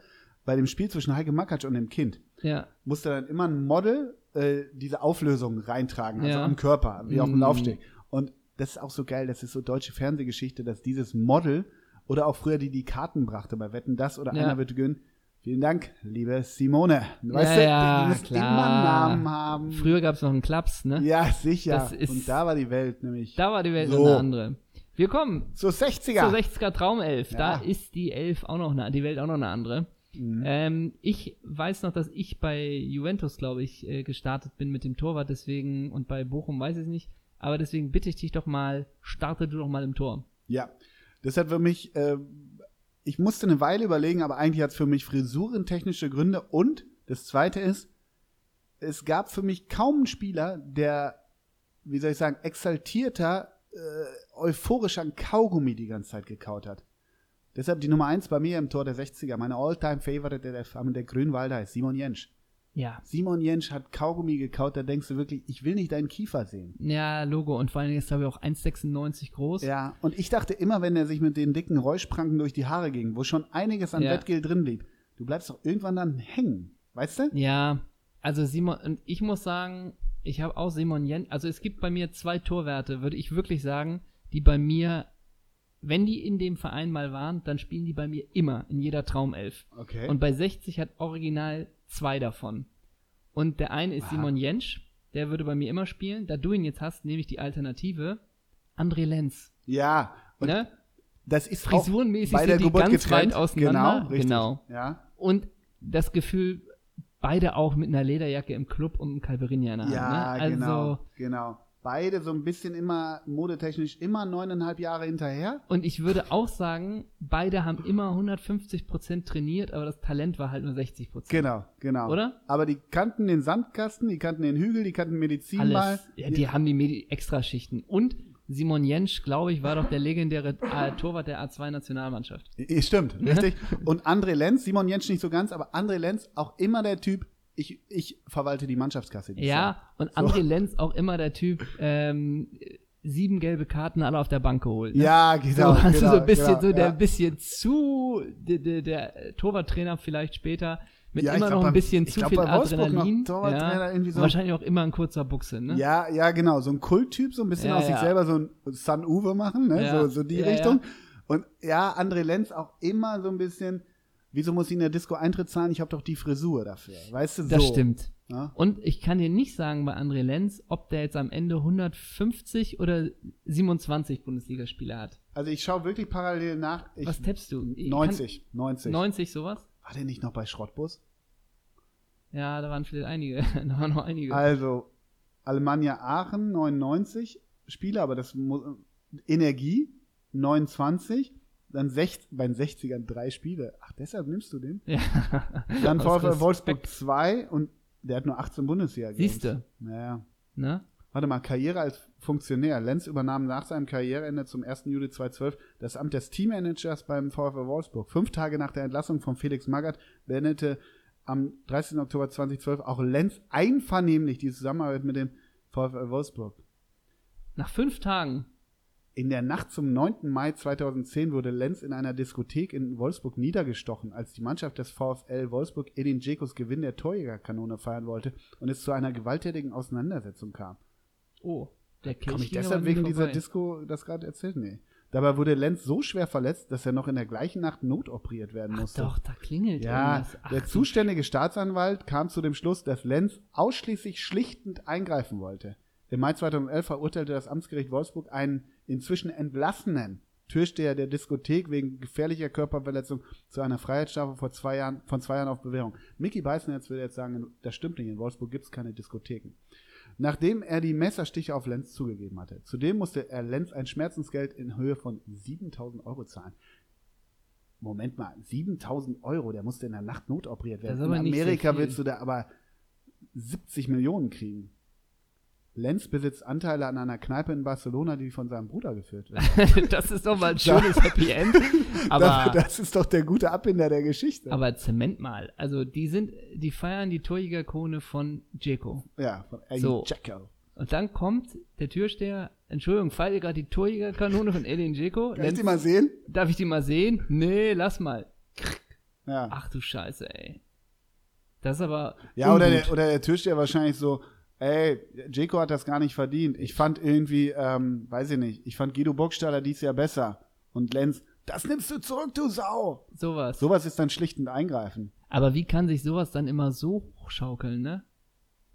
bei dem Spiel zwischen Heike Makatsch und dem Kind.
Ja.
musste dann immer ein Model äh, diese Auflösung reintragen, also
Ja.
am Körper, wie auf dem
Mm.
Laufsteg. Und das ist auch so geil, das ist so deutsche Fernsehgeschichte, dass dieses Model oder auch früher die die Karten brachte bei Wetten das oder
Ja.
einer wird gewinnen. Vielen Dank, liebe Simone. Weißt
ja,
du, du musst
klar.
immer einen Namen haben.
Früher gab es noch einen Klaps, ne?
ja, sicher.
Das ist-
Und da war die Welt nämlich.
Da war die Welt
So.
eine andere. Wir kommen
so 60er.
zur 60er Traumelf.
Ja.
Da ist die Elf auch noch eine, die Welt auch noch eine andere.
Mhm.
Ähm, ich weiß noch, dass ich bei Juventus, glaube ich, äh, gestartet bin mit dem Torwart, deswegen, und bei Bochum weiß ich es nicht, aber deswegen bitte ich dich doch mal, starte du doch mal im Tor.
Ja, das hat für mich äh, ich musste eine Weile überlegen, aber eigentlich hat es für mich frisurentechnische Gründe. Und das Zweite ist, es gab für mich kaum einen Spieler, der, wie soll ich sagen, exaltierter, äh, euphorisch an Kaugummi die ganze Zeit gekaut hat. Deshalb die Nummer eins bei mir im Tor der 60er. Meine All-Time-Favorite der, der, der Grünwalder ist Simon Jentsch.
Ja.
Simon Jentsch hat Kaugummi gekaut, da denkst du wirklich, ich will nicht deinen Kiefer sehen.
Ja, Logo. Und vor allen Dingen ist er glaube ich, auch 1,96 groß.
Ja, und ich dachte immer, wenn er sich mit den dicken Räuschpranken durch die Haare ging, wo schon einiges an
Ja.
Bettgel drin blieb, du bleibst doch irgendwann dann hängen. Weißt du?
Ja, also Simon, und ich muss sagen, ich habe auch Simon Jentsch, also es gibt bei mir zwei Torwerte, würde ich wirklich sagen, die bei mir, wenn die in dem Verein mal waren, dann spielen die bei mir immer in jeder Traumelf.
Okay.
Und bei 60 hat original zwei davon. Und der eine ist
Aha.
Simon Jentsch, der würde bei mir immer spielen. Da du ihn jetzt hast, nehme ich die Alternative. André Lenz.
ja, und
ne?
das ist
Frisurenmäßig
auch bei der
sind die
Geburt
ganz
getrennt.
weit auseinander.
Genau, richtig.
Genau.
Ja,
Und das Gefühl, beide auch mit einer Lederjacke im Club und einem Calverinia in der Hand.
ja
ne? also,
genau, genau. Beide so ein bisschen immer modetechnisch immer neuneinhalb Jahre hinterher.
Und ich würde auch sagen, beide haben immer 150% trainiert, aber das Talent war halt nur 60%.
Genau, genau.
Oder?
Aber die kannten den Sandkasten, die kannten den Hügel, die kannten Medizinball.
Alles. Ja, die haben die Medi Extraschichten. Und Simon Jentsch, glaube ich, war doch der legendäre äh, Torwart der A2-Nationalmannschaft.
I- Äh, Stimmt, richtig. Und André Lenz, Simon Jentsch nicht so ganz, aber André Lenz auch immer der Typ, ich, ich verwalte die Mannschaftskasse. dieses Jahr.
Ja, und André Lenz auch immer der Typ, ähm, sieben gelbe Karten alle auf der Bank geholt. Ne?
Ja, genau.
so, also
genau,
so ein bisschen
genau,
so der
ja.
ein bisschen zu der, der, der Torwarttrainer vielleicht später mit
Ja, ich
immer
glaub,
noch
beim-
ein bisschen
ich
zu
glaub,
viel
bei Wolfsburg noch
Adrenalin.
Torwarttrainer
ja,
irgendwie so.
Und wahrscheinlich auch immer in kurzer Buchse, ne?
Ja, ja, genau. So ein Kulttyp, so ein bisschen
Ja,
aus sich
ja.
selber so ein San Uwe machen, ne?
Ja.
so, so die
Ja,
Richtung. Und ja, André Lenz auch immer so ein bisschen, wieso muss ich in der Disco Eintritt zahlen? Ich habe doch die Frisur dafür. Weißt du, so.
das stimmt.
Ja.
Und ich kann dir nicht sagen bei André Lenz, ob der jetzt am Ende 150 oder 27 Bundesligaspiele hat.
Also ich schaue wirklich parallel nach. Ich,
Was tippst du? Ich kann-
90, 90.
90 sowas?
War der nicht noch bei Schrottbus?
Ja, da waren vielleicht einige. da waren noch einige.
Also, Alemannia Aachen 99 Spiele, aber das muss Energie 29, dann sech, bei den 60ern drei Spiele. Ach, deshalb nimmst du den.
ja.
Dann
Aus
VfL
Respekt,
Wolfsburg 2 und der hat nur 18 Bundesliga
Siehste.
Naja.
Ne?
Warte mal, Karriere als Funktionär. Lenz übernahm nach seinem Karriereende zum 1. Juli 2012 das Amt des Teammanagers beim VfL Wolfsburg. Fünf Tage nach der Entlassung von Felix Magath beendete am 13. Oktober 2012 auch Lenz einvernehmlich die Zusammenarbeit mit dem VfL Wolfsburg.
Nach fünf Tagen.
In der Nacht zum 9. Mai 2010 wurde Lenz in einer Diskothek in Wolfsburg niedergestochen, als die Mannschaft des VfL Wolfsburg Edin Dzekos Gewinn der Torjägerkanone feiern wollte und es zu einer gewalttätigen Auseinandersetzung kam.
Oh, der Kirch
Komme ich
ging aber
deshalb
nie
wegen dieser
vorbei.
Disco das gerade erzählt? Nee. Dabei wurde Lenz so schwer verletzt, dass er noch in der gleichen Nacht notoperiert werden
Ach
musste.
doch, da klingelt
Ja,
irgendwas. Ach,
der zuständige Staatsanwalt kam zu dem Schluss, dass Lenz ausschließlich schlichtend eingreifen wollte. Im Mai 2011 verurteilte das Amtsgericht Wolfsburg einen inzwischen entlassenen Türsteher der Diskothek wegen gefährlicher Körperverletzung zu einer Freiheitsstrafe vor zwei Jahren, von zwei Jahren auf Bewährung. Mickey Beißenherz würde jetzt sagen, das stimmt nicht, in Wolfsburg gibt es keine Diskotheken. Nachdem er die Messerstiche auf Lenz zugegeben hatte. Zudem musste er Lenz ein Schmerzensgeld in Höhe von 7000 Euro zahlen. Moment mal, 7000 Euro, der musste in der Nacht notoperiert werden.
Das ist aber
in
nicht so
Amerika
viel.
willst du da aber 70 Millionen kriegen. Lenz besitzt Anteile an einer Kneipe in Barcelona, die von seinem Bruder geführt wird.
das ist doch mal ein schönes Happy End. Aber,
das, das ist doch der gute Abbinder der Geschichte.
aber Zement mal. Also die sind, die feiern die Torjägerkone von Dzeko.
ja, von Eddie
So.
Jacko.
Und dann kommt der Türsteher, Entschuldigung, feiert ihr gerade die Torjägerkanone von Edin Dzeko?
Kann ich die
Lenz,
mal sehen?
darf ich die mal sehen? Nee, lass mal.
Ja.
Ach du Scheiße, ey. Das ist aber
Ja, oder
ungut.
der, oder der Türsteher wahrscheinlich so, ey, Jeko hat das gar nicht verdient. Ich fand irgendwie, ähm, weiß ich nicht, ich fand Guido Burgstaller dies Jahr besser. Und Lenz, das nimmst du zurück, du Sau.
sowas.
Sowas ist dann schlichtend eingreifen.
Aber wie kann sich sowas dann immer so hochschaukeln, ne?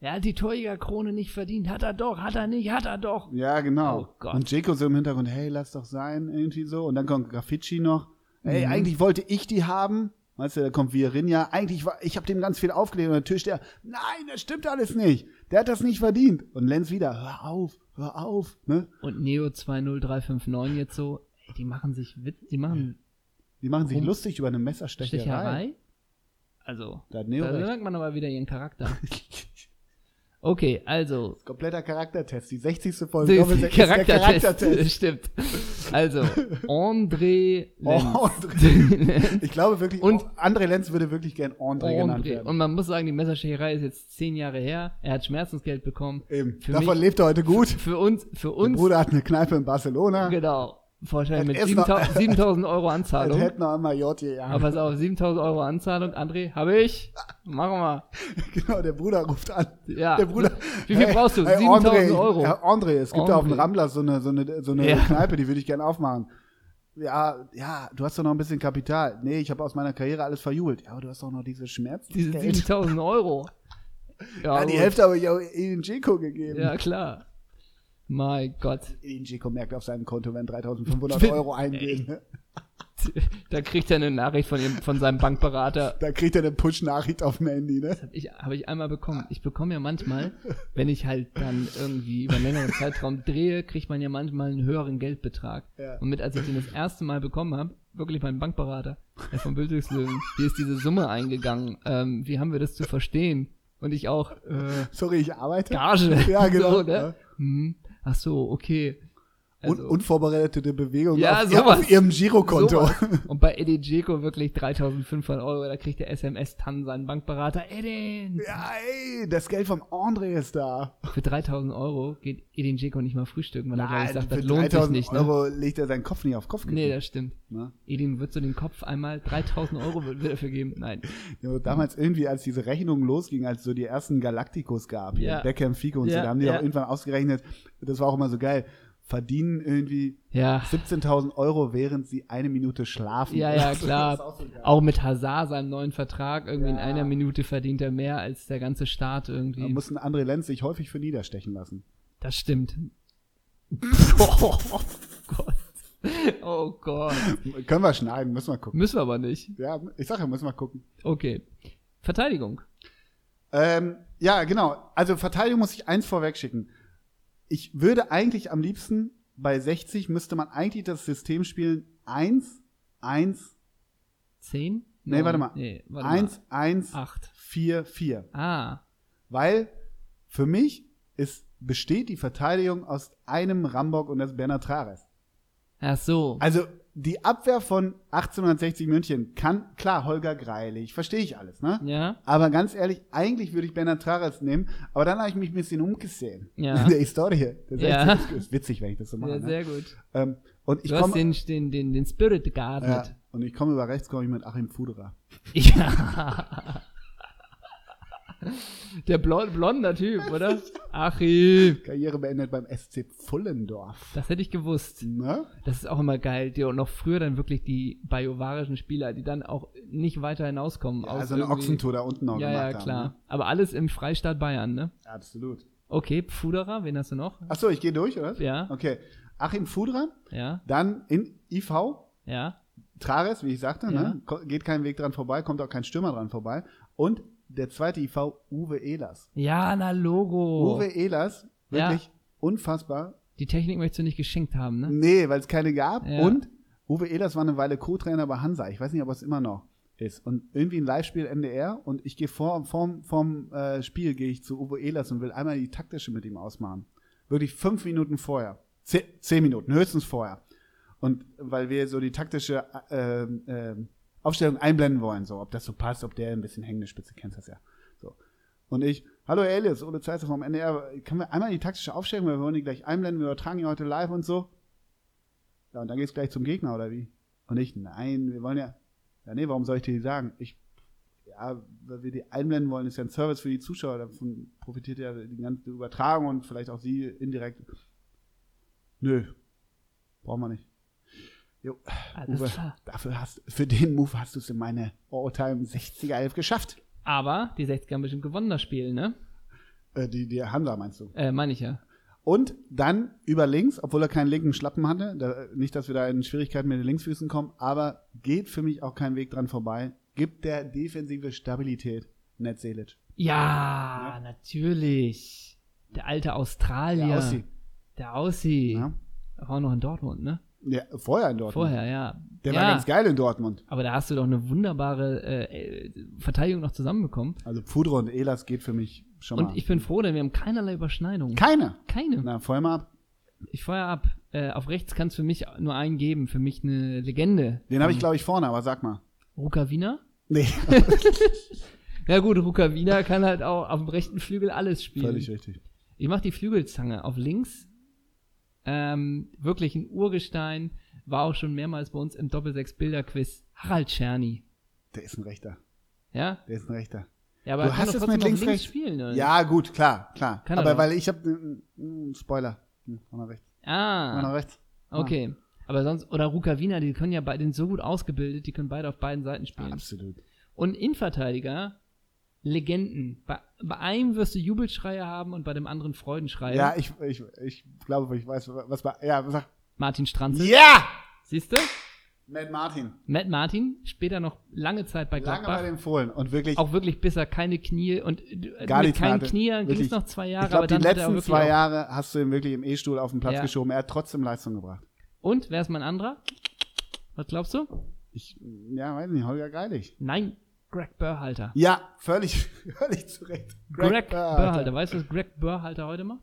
Er hat die Torjägerkrone nicht verdient. Hat er doch, hat er nicht, hat er doch.
Ja, genau.
Oh Gott.
Und Jeko so im Hintergrund, hey, lass doch sein, irgendwie so. Und dann kommt Graffiti noch. Ey,
Mhm.
eigentlich wollte ich die haben. Weißt du, da kommt Virinja. Eigentlich war, ich habe dem ganz viel aufgelegt. Und der Türsteher, nein, das stimmt alles nicht. Der hat das nicht verdient. Und Lenz wieder, hör auf, hör auf, ne?
Und Neo 20359 jetzt so, ey, die machen sich wit, die machen
Die machen sich
Warum?
lustig über eine Messerstecherei.
Stecherei? Also,
Da hat
da
Neo recht.
merkt man aber wieder ihren Charakter. Okay, also,
Kompletter Charaktertest. Die 60. Folge.
Der
Doppelsechs ist der
Charaktertest.
Charaktertest.
Stimmt. Also, André Lenz.
Oh, André. Ich glaube wirklich,
Und-
André Lenz würde wirklich gern André, genannt
André.
werden.
Und man muss sagen, die Messerstecherei ist jetzt zehn Jahre her. Er hat Schmerzensgeld bekommen.
Eben.
Für
Davon
mich-
lebt er heute gut.
Für uns, für
Mein
uns,
Bruder hat eine Kneipe in Barcelona.
genau, Vorteil mit
Er ist noch-
7000 7000 Euro
Er
Anzahlung.
hätte noch einmal J
Aber pass auf, 7000 Euro Anzahlung, André, habe ich? Machen wir.
Genau, der Bruder ruft an.
Ja.
Der Bruder.
Wie viel brauchst du? 7000 Euro.
Herr André, es gibt da auf dem
André.
Ramblers so eine, so eine, so eine
Ja.
Kneipe, die würde ich gerne aufmachen. Ja, ja, du hast doch noch ein bisschen Kapital. Nee, ich habe aus meiner Karriere alles verjubelt. Ja, aber du hast doch noch diese Schmerzen.
Diese 7000 Euro.
ja, die
gut.
Hälfte habe ich auch Edin Dzeko gegeben.
Ja, klar. Mein Gott.
Edin Dzeko merkt auf seinem Konto, wenn 3500
Bin-
Euro eingehen.
Da kriegt er eine Nachricht von, ihm, von seinem Bankberater.
Da kriegt er eine Push-Nachricht auf dem Handy, ne?
Ich, habe ich einmal bekommen. Ich bekomme ja manchmal, wenn ich halt dann irgendwie über einen längeren Zeitraum drehe, kriegt man ja manchmal einen höheren Geldbetrag.
Ja.
Und mit, als ich den das erste Mal bekommen habe, wirklich mein Bankberater, der vom Bildungslöwen, hier ist diese Summe eingegangen. Ähm, wie haben wir das zu verstehen? Und ich auch, äh,
Sorry, ich arbeite.
Gage.
Ja, genau,
So,
ja.
ne? hm, ach so, okay.
Un unvorbereitete Bewegungen
also- Ja,
auf,
sowas.
auf ihrem Girokonto.
Sowas. Und bei Eddie Dzeko wirklich 3500 Euro, da kriegt der SMS-Tan seinen Bankberater. Edin!
Ja, ey, das Geld vom André ist da.
Für 3000 Euro geht Edin Dzeko nicht mal frühstücken, weil er gleich sagt,
für
das lohnt sich
3000
nicht. Ne?
Euro legt er seinen Kopf nicht auf Kopf.
Nee, das stimmt.
ne?
Edin wird so den Kopf einmal 3000 Euro wird, wird er für geben. Nein.
Ja, damals irgendwie, als diese Rechnung losging, als es so die ersten Galacticos gab, hier,
Ja.
Beckham, Fico und so,
Ja,
da haben die
ja.
auch irgendwann ausgerechnet, das war auch immer so geil, verdienen irgendwie
Ja.
17.000 Euro, während sie eine Minute schlafen.
Ja, ja,
Das ist
klar.
auch so geil.
Auch mit Hazard, seinem neuen Vertrag, irgendwie in
Ja.
einer Minute verdient er mehr als der ganze Staat
Da
irgendwie.
mussten André Lenz sich häufig für niederstechen lassen.
Das stimmt.
Können
Gott. Oh Gott.
wir schneiden, müssen wir gucken.
Müssen wir aber nicht.
Ja, ich sag ja, müssen wir gucken.
Okay. Verteidigung.
Ähm, ja, genau. Also Verteidigung muss ich eins vorwegschicken. Ich würde eigentlich am liebsten bei 60 müsste man eigentlich das System spielen 1, 1,
10?
Nee,
Neun?
warte mal.
Nee, warte mal. Ah.
1, 1,
8.
4, 4.
Ah,
Weil für mich ist, besteht die Verteidigung aus einem Rambock und das Bernhard Trares.
ach so.
Also die Abwehr von 1860 München kann, klar, Holger Greilich, verstehe ich alles, ne?
Ja,
Aber ganz ehrlich, eigentlich würde ich Bernhard Trares nehmen, aber dann habe ich mich ein bisschen umgesehen.
Ja.
In der Historie. Das
Ja.
ist, echt- ist witzig, wenn ich das so mache.
sehr,
ne?
sehr gut.
ähm, und ich
Du hast
komme
den, den, den, den Spirit
ja,
geatmet.
und ich komme über rechts komme ich mit Achim Fuderer.
Ja. Der blond, blonder Typ, oder? Achim.
Karriere beendet beim SC Pfullendorf.
Das hätte ich gewusst.
Ne?
Das ist auch immer geil. Die, und noch früher dann wirklich die bajovarischen Spieler, die dann auch nicht weiter hinauskommen.
Ja,
aus
also eine
irgendwie-
Ochsentour da unten noch
Ja,
gemacht
ja, klar.
haben.
Aber alles im Freistaat Bayern, ne?
Ne? Absolut.
Okay, Pfuderer, wen hast du noch?
Achso, ich gehe durch, oder?
Ja.
Okay. Achim Fuderer,
Ja,
dann in IV,
ja.
Trares, wie ich sagte,
Ja.
ne? Ko- geht kein Weg dran vorbei, kommt auch kein Stürmer dran vorbei. Und der zweite IV, Uwe Ehlers.
Ja, na Logo.
Uwe Ehlers, wirklich unfassbar.
Die Technik möchtest du nicht geschenkt haben, ne?
Nee, weil es keine gab.
Ja.
Und Uwe Ehlers war eine Weile Co-Trainer bei Hansa. Ich weiß nicht, ob er es immer noch ist. Und irgendwie ein Live-Spiel NDR und ich gehe vor, vorm, vorm äh, Spiel gehe ich zu Uwe Ehlers und will einmal die taktische mit ihm ausmachen. Wirklich fünf Minuten vorher. Zeh, zehn Minuten, höchstens vorher. Und weil wir so die taktische äh, ähm, ähm, Aufstellung einblenden wollen, so ob das so passt, ob der ein bisschen hängende Spitze, kennst das ja. So. Und ich, hallo Elias, Ole Zeisse vom NDR, können wir einmal die taktische Aufstellung, weil wir wollen die gleich einblenden, wir übertragen ja heute live und so. Ja, und dann geht's gleich zum Gegner, oder wie? Und ich, nein, wir wollen ja, ja nee, warum soll ich dir die sagen? Ich, ja, weil wir die einblenden wollen, ist ja ein Service für die Zuschauer, davon profitiert ja die ganze Übertragung und vielleicht auch sie indirekt. Nö, brauchen wir nicht. Jo,
Alles
Uwe,
klar.
dafür hast, für den Move hast du es in meine All-Time 60er Elf geschafft.
Aber die 60er haben bestimmt gewonnen das Spiel, ne?
Äh, die, die Hansa meinst du.
Äh, meine ich ja.
Und dann über links, obwohl er keinen linken Schlappen hatte, da, nicht, dass wir da in Schwierigkeiten mit den Linksfüßen kommen, aber geht für mich auch kein Weg dran vorbei, gibt der defensive Stabilität Ned Selic.
Ja, natürlich. Der alte Australier.
Der Aussie.
Der Aussie.
Ja.
War auch noch in Dortmund, ne?
Ja, vorher in Dortmund.
Vorher, ja.
Der
ja,
war ganz geil in Dortmund.
Aber da hast du doch eine wunderbare äh, äh, Verteidigung noch zusammenbekommen.
Also Pudro und Elas geht für mich schon mal.
Und ich bin froh, denn wir haben keinerlei Überschneidungen.
Keine.
Keine.
Na, vorher mal ab.
Ich feuer ab. Äh, auf rechts kann es für mich nur einen geben. Für mich eine Legende.
Den habe ich, glaube ich, vorne, aber sag mal.
Ruka Wiener?
Nee,
Ja gut, Ruka Wiener kann halt auch auf dem rechten Flügel alles spielen.
völlig richtig.
Ich mache die Flügelzange auf links. Ähm, wirklich ein Urgestein. War auch schon mehrmals bei uns im Doppelsechs-Bilder-Quiz. Harald Czerny.
Der ist ein Rechter.
Ja?
Der ist ein Rechter.
ja aber
Du hast
er kann doch
es
trotzdem
mit
auf
links, rechts?
spielen, oder?
Ja, gut, klar, klar.
Äh. Kann er
aber
doch.
weil ich habe Spoiler. Hm, Mach mal rechts. Mach
Ah,
mal rechts.
okay. Aber sonst, oder Ruka Wiener, die können ja beide, die sind so gut ausgebildet, die können beide auf beiden Seiten spielen.
Absolut.
Und Innenverteidiger, Legenden. Bei, bei einem wirst du Jubelschreie haben und bei dem anderen Freudenschreie.
Ja, ich, ich, ich glaube, ich weiß, was war. Ja, sag.
Martin Stranzel.
Ja!
Siehst du?
Matt Martin.
Matt Martin, später noch lange Zeit bei
Lange
Gladbach.
bei den Fohlen. Und wirklich,
auch wirklich bis er keine Knie und äh,
Gar
mit
nichts mehr
keinen
hatte.
Knie ging
Wirklich.
es noch zwei Jahre,
ich glaube,
aber
die
dann hat er auch
letzten
wirklich
zwei
auch,
Jahre hast du ihn wirklich im E-Stuhl auf den Platz
Ja.
geschoben. Er hat trotzdem Leistung gebracht.
Und wer ist mein anderer? Was glaubst du?
Ich, ja, weiß nicht, Holger Geilig.
Nein, Greg Burhalter.
Ja, völlig, völlig zurecht.
Greg, Burhalter.
Berhalter.
Weißt du, was Greg Burhalter heute macht?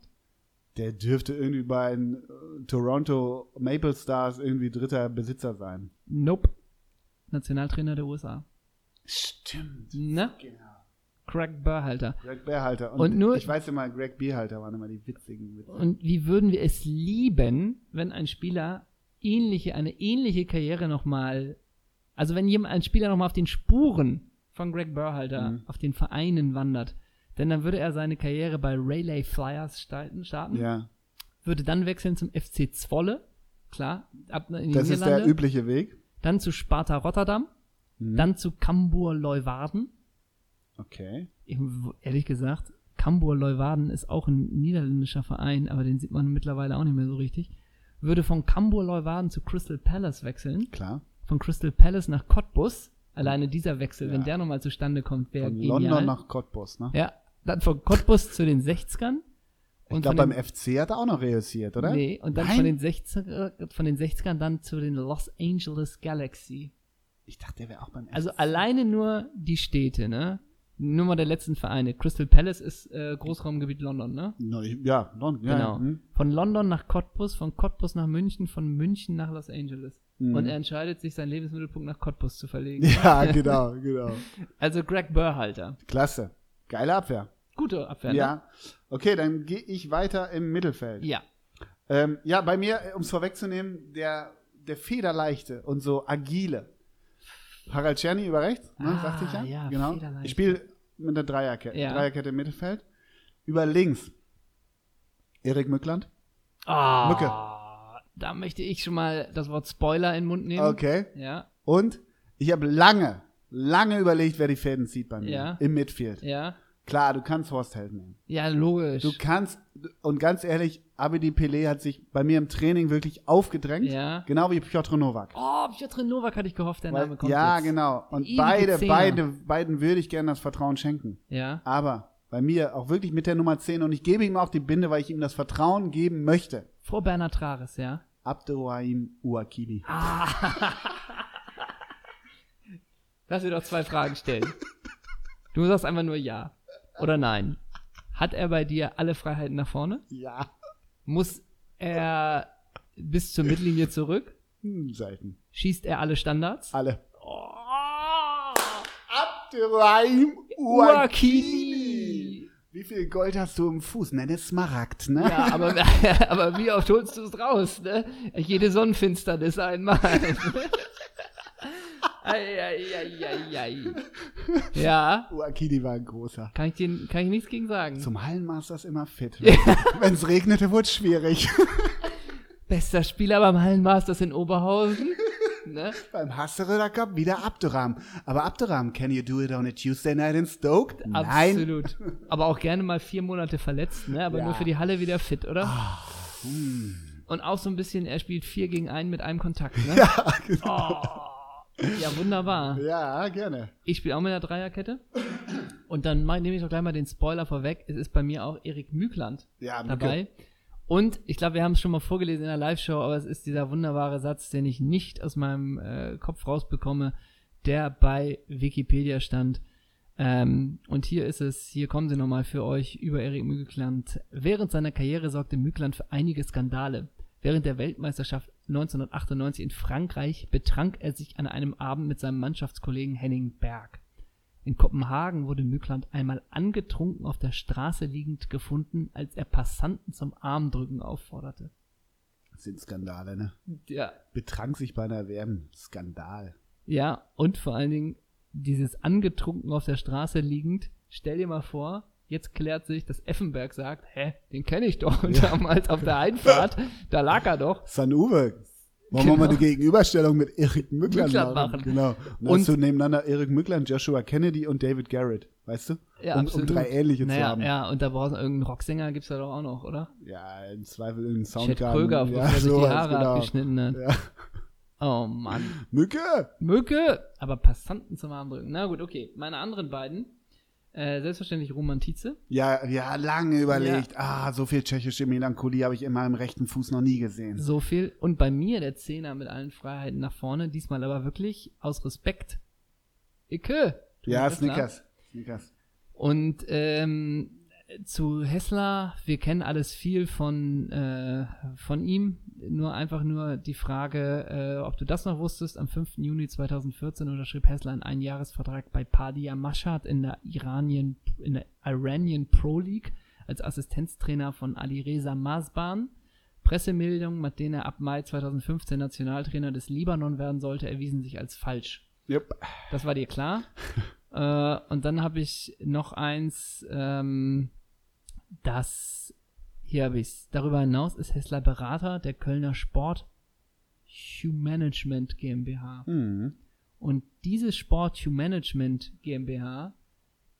Der dürfte irgendwie bei den äh, Toronto Maple Stars irgendwie dritter Besitzer sein.
Nope. Nationaltrainer der USA.
Stimmt.
Ne?
Genau.
Greg Burhalter.
Greg Bierhalter. Und,
Und nur-
ich weiß immer, Greg Bierhalter waren immer die witzigen Witze.
Und wie würden wir es lieben, wenn ein Spieler ähnliche, eine ähnliche Karriere nochmal, also wenn jemand, ein Spieler nochmal auf den Spuren von Greg Burhalter
Mhm.
auf den Vereinen wandert, denn dann würde er seine Karriere bei Rayleigh Flyers starten, starten
Ja,
würde dann wechseln zum FC Zwolle, klar, ab in die
das ist der
Niederlande,
übliche Weg.
dann zu Sparta Rotterdam,
Mhm.
dann zu Cambuur Leuwarden.
Okay.
Ich- Ehrlich gesagt, Cambuur Leuwarden ist auch ein niederländischer Verein, aber den sieht man mittlerweile auch nicht mehr so richtig. Würde von Cambuur Leuwarden zu Crystal Palace wechseln,
Klar.
von Crystal Palace nach Cottbus. Alleine dieser Wechsel,
Ja.
wenn der nochmal zustande kommt, wäre
Von
genial.
London nach Cottbus, ne?
ja, dann von Cottbus zu den 60ern.
ich
und
glaube,
von
beim
den-
FC hat er auch noch reüssiert, oder?
Nee, und dann
Nein?
von den, 60er, von den 60ern dann zu den Los Angeles Galaxy.
Ich dachte, der wäre auch beim FC.
Also alleine nur die Städte, ne? Nur mal der letzten Vereine. Crystal Palace ist äh, Großraumgebiet London, ne?
No, ja, London, ja.
genau.
ja, hm.
Von London nach Cottbus, von Cottbus nach München, von München nach Los Angeles.
Mhm.
Und er entscheidet sich, seinen Lebensmittelpunkt nach Cottbus zu
Ja,
verlegen.
genau, genau.
Also Greg Burhalter.
Klasse. Geile Abwehr.
Gute Abwehr. Ne?
Ja. Okay, dann gehe ich weiter im Mittelfeld.
Ja.
Ähm, ja, bei mir, um es vorwegzunehmen, der, der federleichte und so agile. Harald Czerny über rechts, ne,
Ah,
sagte ich ja.
ja,
genau.
federleicht.
Ich spiele mit der Dreierkette,
Ja.
Dreierkette im Mittelfeld. Über links Erik Mückland.
Ah,
Mücke.
Da möchte ich schon mal das Wort Spoiler in den Mund nehmen.
Okay.
Ja,
Und ich habe lange, lange überlegt, wer die Fäden zieht bei mir
Ja.
im Midfield.
ja.
Klar, du kannst Horst Held nehmen.
Ja, logisch.
Du kannst, und ganz ehrlich, Abedi Pelé hat sich bei mir im Training wirklich aufgedrängt.
Ja.
Genau wie Piotr Nowak.
Oh, Piotr Nowak hatte ich gehofft, der Name
Weil-
kommt
ja,
jetzt.
genau. Und
ewige
beide,
Zehner.
beide, beiden würde ich gerne das Vertrauen schenken.
Ja,
Aber bei mir auch wirklich mit der Nummer 10 und ich gebe ihm auch die Binde, weil ich ihm das Vertrauen geben möchte.
vor Bernhard Trares, ja.
Abderrahim Uakili.
Ah. Lass dir doch zwei Fragen stellen. Du sagst einfach nur ja oder nein. Hat er bei dir alle Freiheiten nach vorne?
Ja,
Muss er bis zur Mittellinie zurück?
hm, Seiten.
Schießt er alle Standards?
Alle.
Oh,
Abderrahim Uakili.
Uakili!
Wie viel Gold hast du im Fuß? Nenn es Smaragd, ne?
Ja, aber, aber wie oft holst du es raus? Ne? Jede Sonnenfinsternis einmal. ei, ei, ei, ei, ei. Ja,
Uakili war ein großer.
kann ich, dir, kann ich nichts gegen sagen.
Zum Hallenmasters immer fit. Wenn es regnete, wurde es schwierig.
Bester Spieler beim Hallenmasters in Oberhausen. ne?
Beim Hasseröder Cup wieder Abderrahim. Aber Abderrahim, can you do it on a Tuesday night in Stoke? Nein.
Absolut. Aber auch gerne mal vier Monate verletzt, ne? aber
Ja.
nur für die Halle wieder fit, oder? Und auch so ein bisschen, er spielt vier gegen einen mit einem Kontakt. Ne? Ja, genau. oh, ja, wunderbar.
Ja, gerne.
Ich spiele auch mit der Dreierkette. Und dann mein- nehme ich doch gleich mal den Spoiler vorweg. Es ist bei mir auch Erik Mückland
Ja, Mücke.
dabei. Und ich glaube, wir haben es schon mal vorgelesen in der Live-Show, aber es ist dieser wunderbare Satz, den ich nicht aus meinem äh, Kopf rausbekomme, der bei Wikipedia stand. Ähm, und hier ist es, hier kommen sie nochmal für euch über Erik Mükland. Während seiner Karriere sorgte Mükland für einige Skandale. Während der Weltmeisterschaft 1998 in Frankreich betrank er sich an einem Abend mit seinem Mannschaftskollegen Henning Berg. In Kopenhagen wurde Mückland einmal angetrunken auf der Straße liegend gefunden, als er Passanten zum Armdrücken aufforderte.
Das sind Skandale, ne?
Ja.
Betrank sich bei einer WM. Skandal.
Ja, und vor allen Dingen dieses angetrunken auf der Straße liegend. Stell dir mal vor, jetzt klärt sich, dass Effenberg sagt, hä, den kenne ich doch
Ja.
damals auf der Einfahrt, da lag er doch.
San Uwe. Wollen wir
Genau.
mal eine Gegenüberstellung mit Erik Mückland
Mückland
machen?
machen.
Genau. Und, dann
Und-
hast du nebeneinander Erik Mückland, Joshua Kennedy und David Garrett. Weißt du?
Ja,
um, um
absolut.
drei ähnliche zu
Naja,
haben.
ja, und da brauchst du irgendeinen Rocksänger, gibt's da doch auch noch, oder?
Ja, im Zweifel irgendein
Chad
Soundgarden.
Kröger, auf
ja,
ja, der sich die
sowas,
Haare
genau.
abgeschnitten hat.
Ja.
Oh Mann.
Mücke!
Mücke, aber Passanten zum Armdrücken. Na gut, okay. Meine anderen beiden. Äh, selbstverständlich Roman Tietze.
Ja, ja, lange überlegt. Ah, so viel tschechische Melancholie habe ich in meinem rechten Fuß noch nie gesehen.
So viel. Und bei mir der Zehner mit allen Freiheiten nach vorne. Diesmal aber wirklich aus Respekt. Icke.
ja,
Thomas Hessler.
Snickers. Snickers.
Und ähm, zu Hessler, wir kennen alles viel von, äh, von ihm. Nur einfach nur die Frage, äh, ob du das noch wusstest. Am 5. Juni 2014 unterschrieb Hessler einen Einjahresvertrag bei Padia Mashhad in der Iranien, in der Iranian Pro League als Assistenztrainer von Alireza Masban. Pressemeldungen, mit denen er ab Mai 2015 Nationaltrainer des Libanon werden sollte, erwiesen sich als falsch.
Yep.
Das war dir klar. äh, und dann habe ich noch eins, ähm, das hier habe ich's. Darüber hinaus ist Hessler Berater der Kölner Sport Humanagement GmbH.
Hm.
Und diese Sport Humanagement GmbH,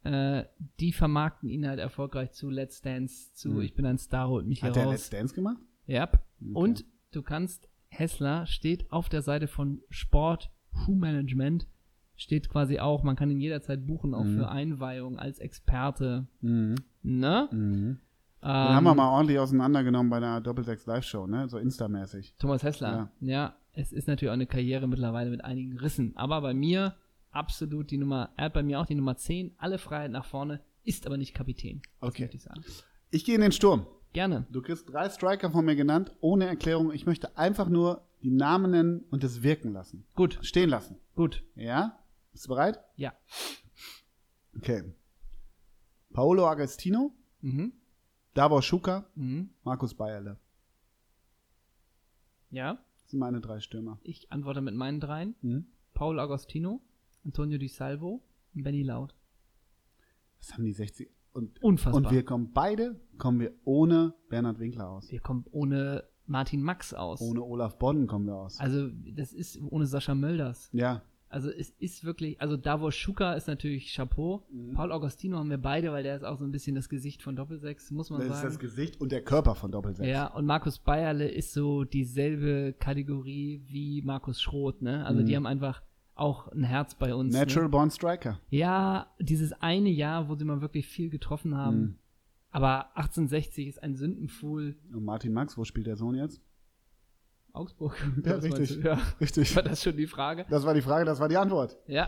äh, die vermarkten ihn halt erfolgreich zu Let's Dance, zu
Hm.
Ich bin ein Star, holt mich hier
Hat der
raus.
Let's Dance gemacht?
Yep.
Okay.
Und du kannst, Hessler steht auf der Seite von Sport, Who-Management, steht quasi auch, man kann ihn jederzeit buchen, auch
Mhm.
für Einweihung als Experte.
Mhm.
Ne?
Mhm.
Ähm,
Den haben wir mal ordentlich auseinandergenommen bei einer Doppelsechs Live-Show, ne? So Insta-mäßig.
Thomas Hessler. Ja. es ist natürlich auch eine Karriere mittlerweile mit einigen Rissen. Aber bei mir absolut die Nummer, er hat bei mir auch die Nummer 10, alle Freiheit nach vorne, ist aber nicht Kapitän. Das
Okay.
möchte Ich sagen.
Ich gehe in den Sturm.
Gerne.
Du kriegst drei Striker von mir genannt, ohne Erklärung. Ich möchte einfach nur die Namen nennen und es wirken lassen.
Gut,
Stehen lassen.
gut.
Ja? Bist du bereit?
Ja.
Okay. Paolo Agostino,
Mhm.
Davor Schuka,
Mhm.
Markus Bayerle.
Ja,
Das sind meine drei Stürmer.
ich antworte mit meinen dreien.
Hm?
Paul Agostino, Antonio Di Salvo und Benny Laut.
Das haben die 60. Und,
Unfassbar.
und wir kommen beide, kommen wir ohne Bernhard Winkler aus.
Wir kommen ohne Martin Max aus.
Ohne Olaf Bodden kommen wir aus.
Also, das ist ohne Sascha Mölders.
ja.
Also, es ist wirklich, also Davor Schuka ist natürlich Chapeau.
Mhm.
Paul Agostino haben wir beide, weil der ist auch so ein bisschen das Gesicht von Doppelsechs, muss man
Das ist
sagen.
das Gesicht und der Körper von Doppelsechs.
ja, und Markus Bayerle ist so dieselbe Kategorie wie Markus Schroth, ne? Also,
Mhm.
die haben einfach auch ein Herz bei uns.
Natural
Ne?
Born Striker.
Ja, dieses eine Jahr, wo sie mal wirklich viel getroffen haben.
Mhm.
Aber 1860 ist ein Sündenfuhl.
Hm. Und Martin Max, wo spielt der Sohn jetzt?
Augsburg. um
Ja,
Das meinst
richtig.
du? Ja,
Richtig.
war das schon die Frage?
Das war die Frage, das war die Antwort.
Ja.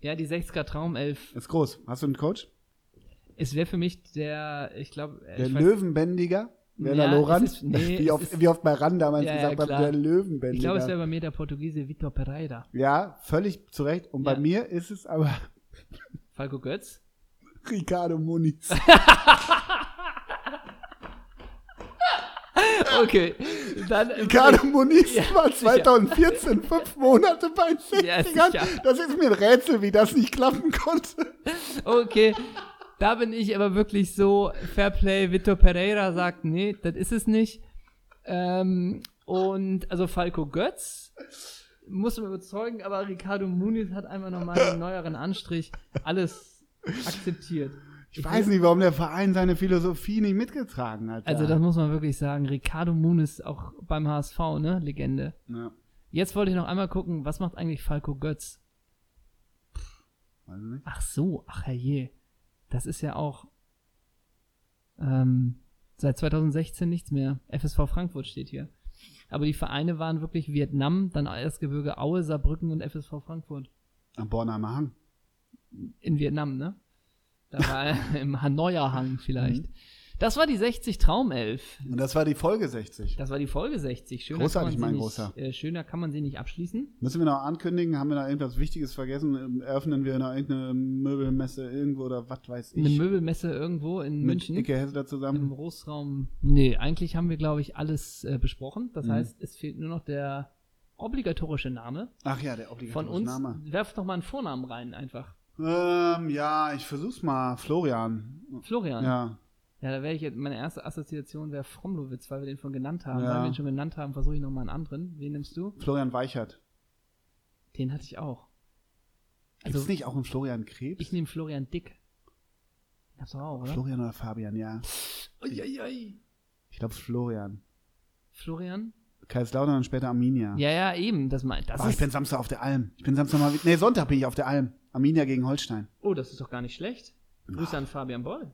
Ja, die 60er Traumelf.
Ist groß. Hast du einen Coach?
Es wäre für mich der, ich glaube,
Der
ich, weiß-
Löwenbändiger?
Ja,
Werner
es
Lorand?
ist- nee,
wie,
es
oft,
ist-
wie oft bei Ran damals
Ja, ja,
gesagt
klar.
hat, der
ich glaube, es
Löwenbändiger.
wäre bei mir der Portugiese Vitor Pereira.
ja, völlig zu Recht. Und
Ja.
bei mir ist es aber
Falco Götz.
Ricardo Muniz.
Okay. Dann,
Ricardo Muniz
Ja,
war
sicher.
2014 fünf Monate bei den
Ja,
60ern.
sicher.
das ist mir ein Rätsel, wie das nicht klappen konnte.
Okay. Da bin ich aber wirklich so Fairplay. Vitor Pereira sagt, nee, das ist es nicht. Ähm, und also Falco Götz muss man überzeugen, aber Ricardo Muniz hat einfach nochmal einen neueren Anstrich. Alles akzeptiert.
Ich weiß nicht, warum der Verein seine Philosophie nicht mitgetragen hat.
Also
ja.
das muss man wirklich sagen. Ricardo Muniz auch beim HSV, ne? Legende.
Ja,
Jetzt wollte ich noch einmal gucken, was macht eigentlich Falco Götz?
weiß ich nicht.
Ach so, ach herrje. Das ist ja auch ähm, Seit 2016 nichts mehr. FSV Frankfurt steht hier. Aber die Vereine waren wirklich Vietnam, dann Erzgebirge Aue, Saarbrücken und FSV Frankfurt.
Am Bornheimer Hang.
In Vietnam, ne? Da war im Hanoier
Mhm.
Hang vielleicht. Das war die 60 Traumelf.
Und das war die Folge 60.
Das war die Folge 60. Schöner
Großartig,
kann man
mein
sie
Großer.
nicht, äh, schöner kann man sie nicht abschließen.
Müssen wir noch ankündigen? Haben wir noch irgendwas Wichtiges vergessen? Ähm, Eröffnen wir noch irgendeine Möbelmesse irgendwo oder was weiß ich?
Eine Möbelmesse irgendwo in
mit
München.
Icke Hessler
Im
zusammen.
Großraum. Nee, eigentlich haben wir, glaube ich, alles äh, besprochen. Das
Mhm.
heißt, es fehlt nur noch der obligatorische Name.
Ach ja, der
Von
obligatorische
uns
Name.
werft doch mal einen Vornamen rein, einfach.
Ähm, ja, ich versuch's mal. Florian.
Florian. Ja,
Ja.
da wäre ich jetzt, meine erste Assoziation wäre Fromlowitz, weil wir den schon genannt haben.
Ja.
Weil wir den schon genannt haben, versuche ich nochmal einen anderen. Wen nimmst du?
Florian Weichert.
Den hatte ich auch.
Gibt's
Also,
nicht auch einen Florian Krebs?
ich nehme Florian Dick. Das war auch, oder?
Florian oder Fabian, ja.
Uiuiui.
Ich glaube Florian.
Florian?
Kaiserslautern und später Arminia.
Ja, ja, eben. Das, mein, das
Boah, ich
ist,
bin Samstag auf der Alm. Ich bin Samstag mal. Nee, Sonntag bin ich auf der Alm. Arminia gegen Holstein.
oh, das ist doch gar nicht schlecht. Grüße an Fabian Boll.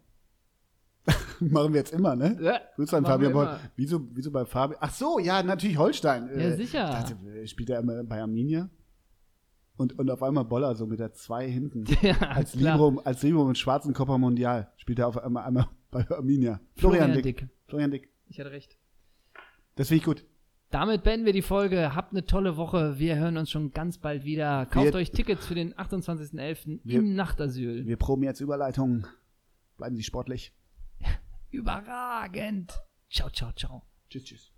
Machen wir jetzt immer, ne?
Ja,
Grüße an
machen wir
Fabian Boll.
immer.
Wieso, wieso bei Fabian? Ach so, ja, natürlich Holstein.
Ja, sicher.
Ich dachte, äh, spielt er immer bei Arminia? Und, und auf einmal Boller, so mit der 2 hinten.
Ja,
als
klar.
Libro, als Libro mit schwarzen Kopper Mundial spielt er auf einmal, einmal bei Arminia. Florian, Dick. Florian Dick.
Ich hatte recht.
Das finde ich gut.
Damit beenden wir die Folge. Habt eine tolle Woche. Wir hören uns schon ganz bald wieder. Kauft
Wir-
euch Tickets für den 28.11.
Wir-
im Nachtasyl.
Wir proben jetzt Überleitungen. Bleiben Sie sportlich.
Überragend. Ciao, ciao, ciao.
Tschüss, tschüss.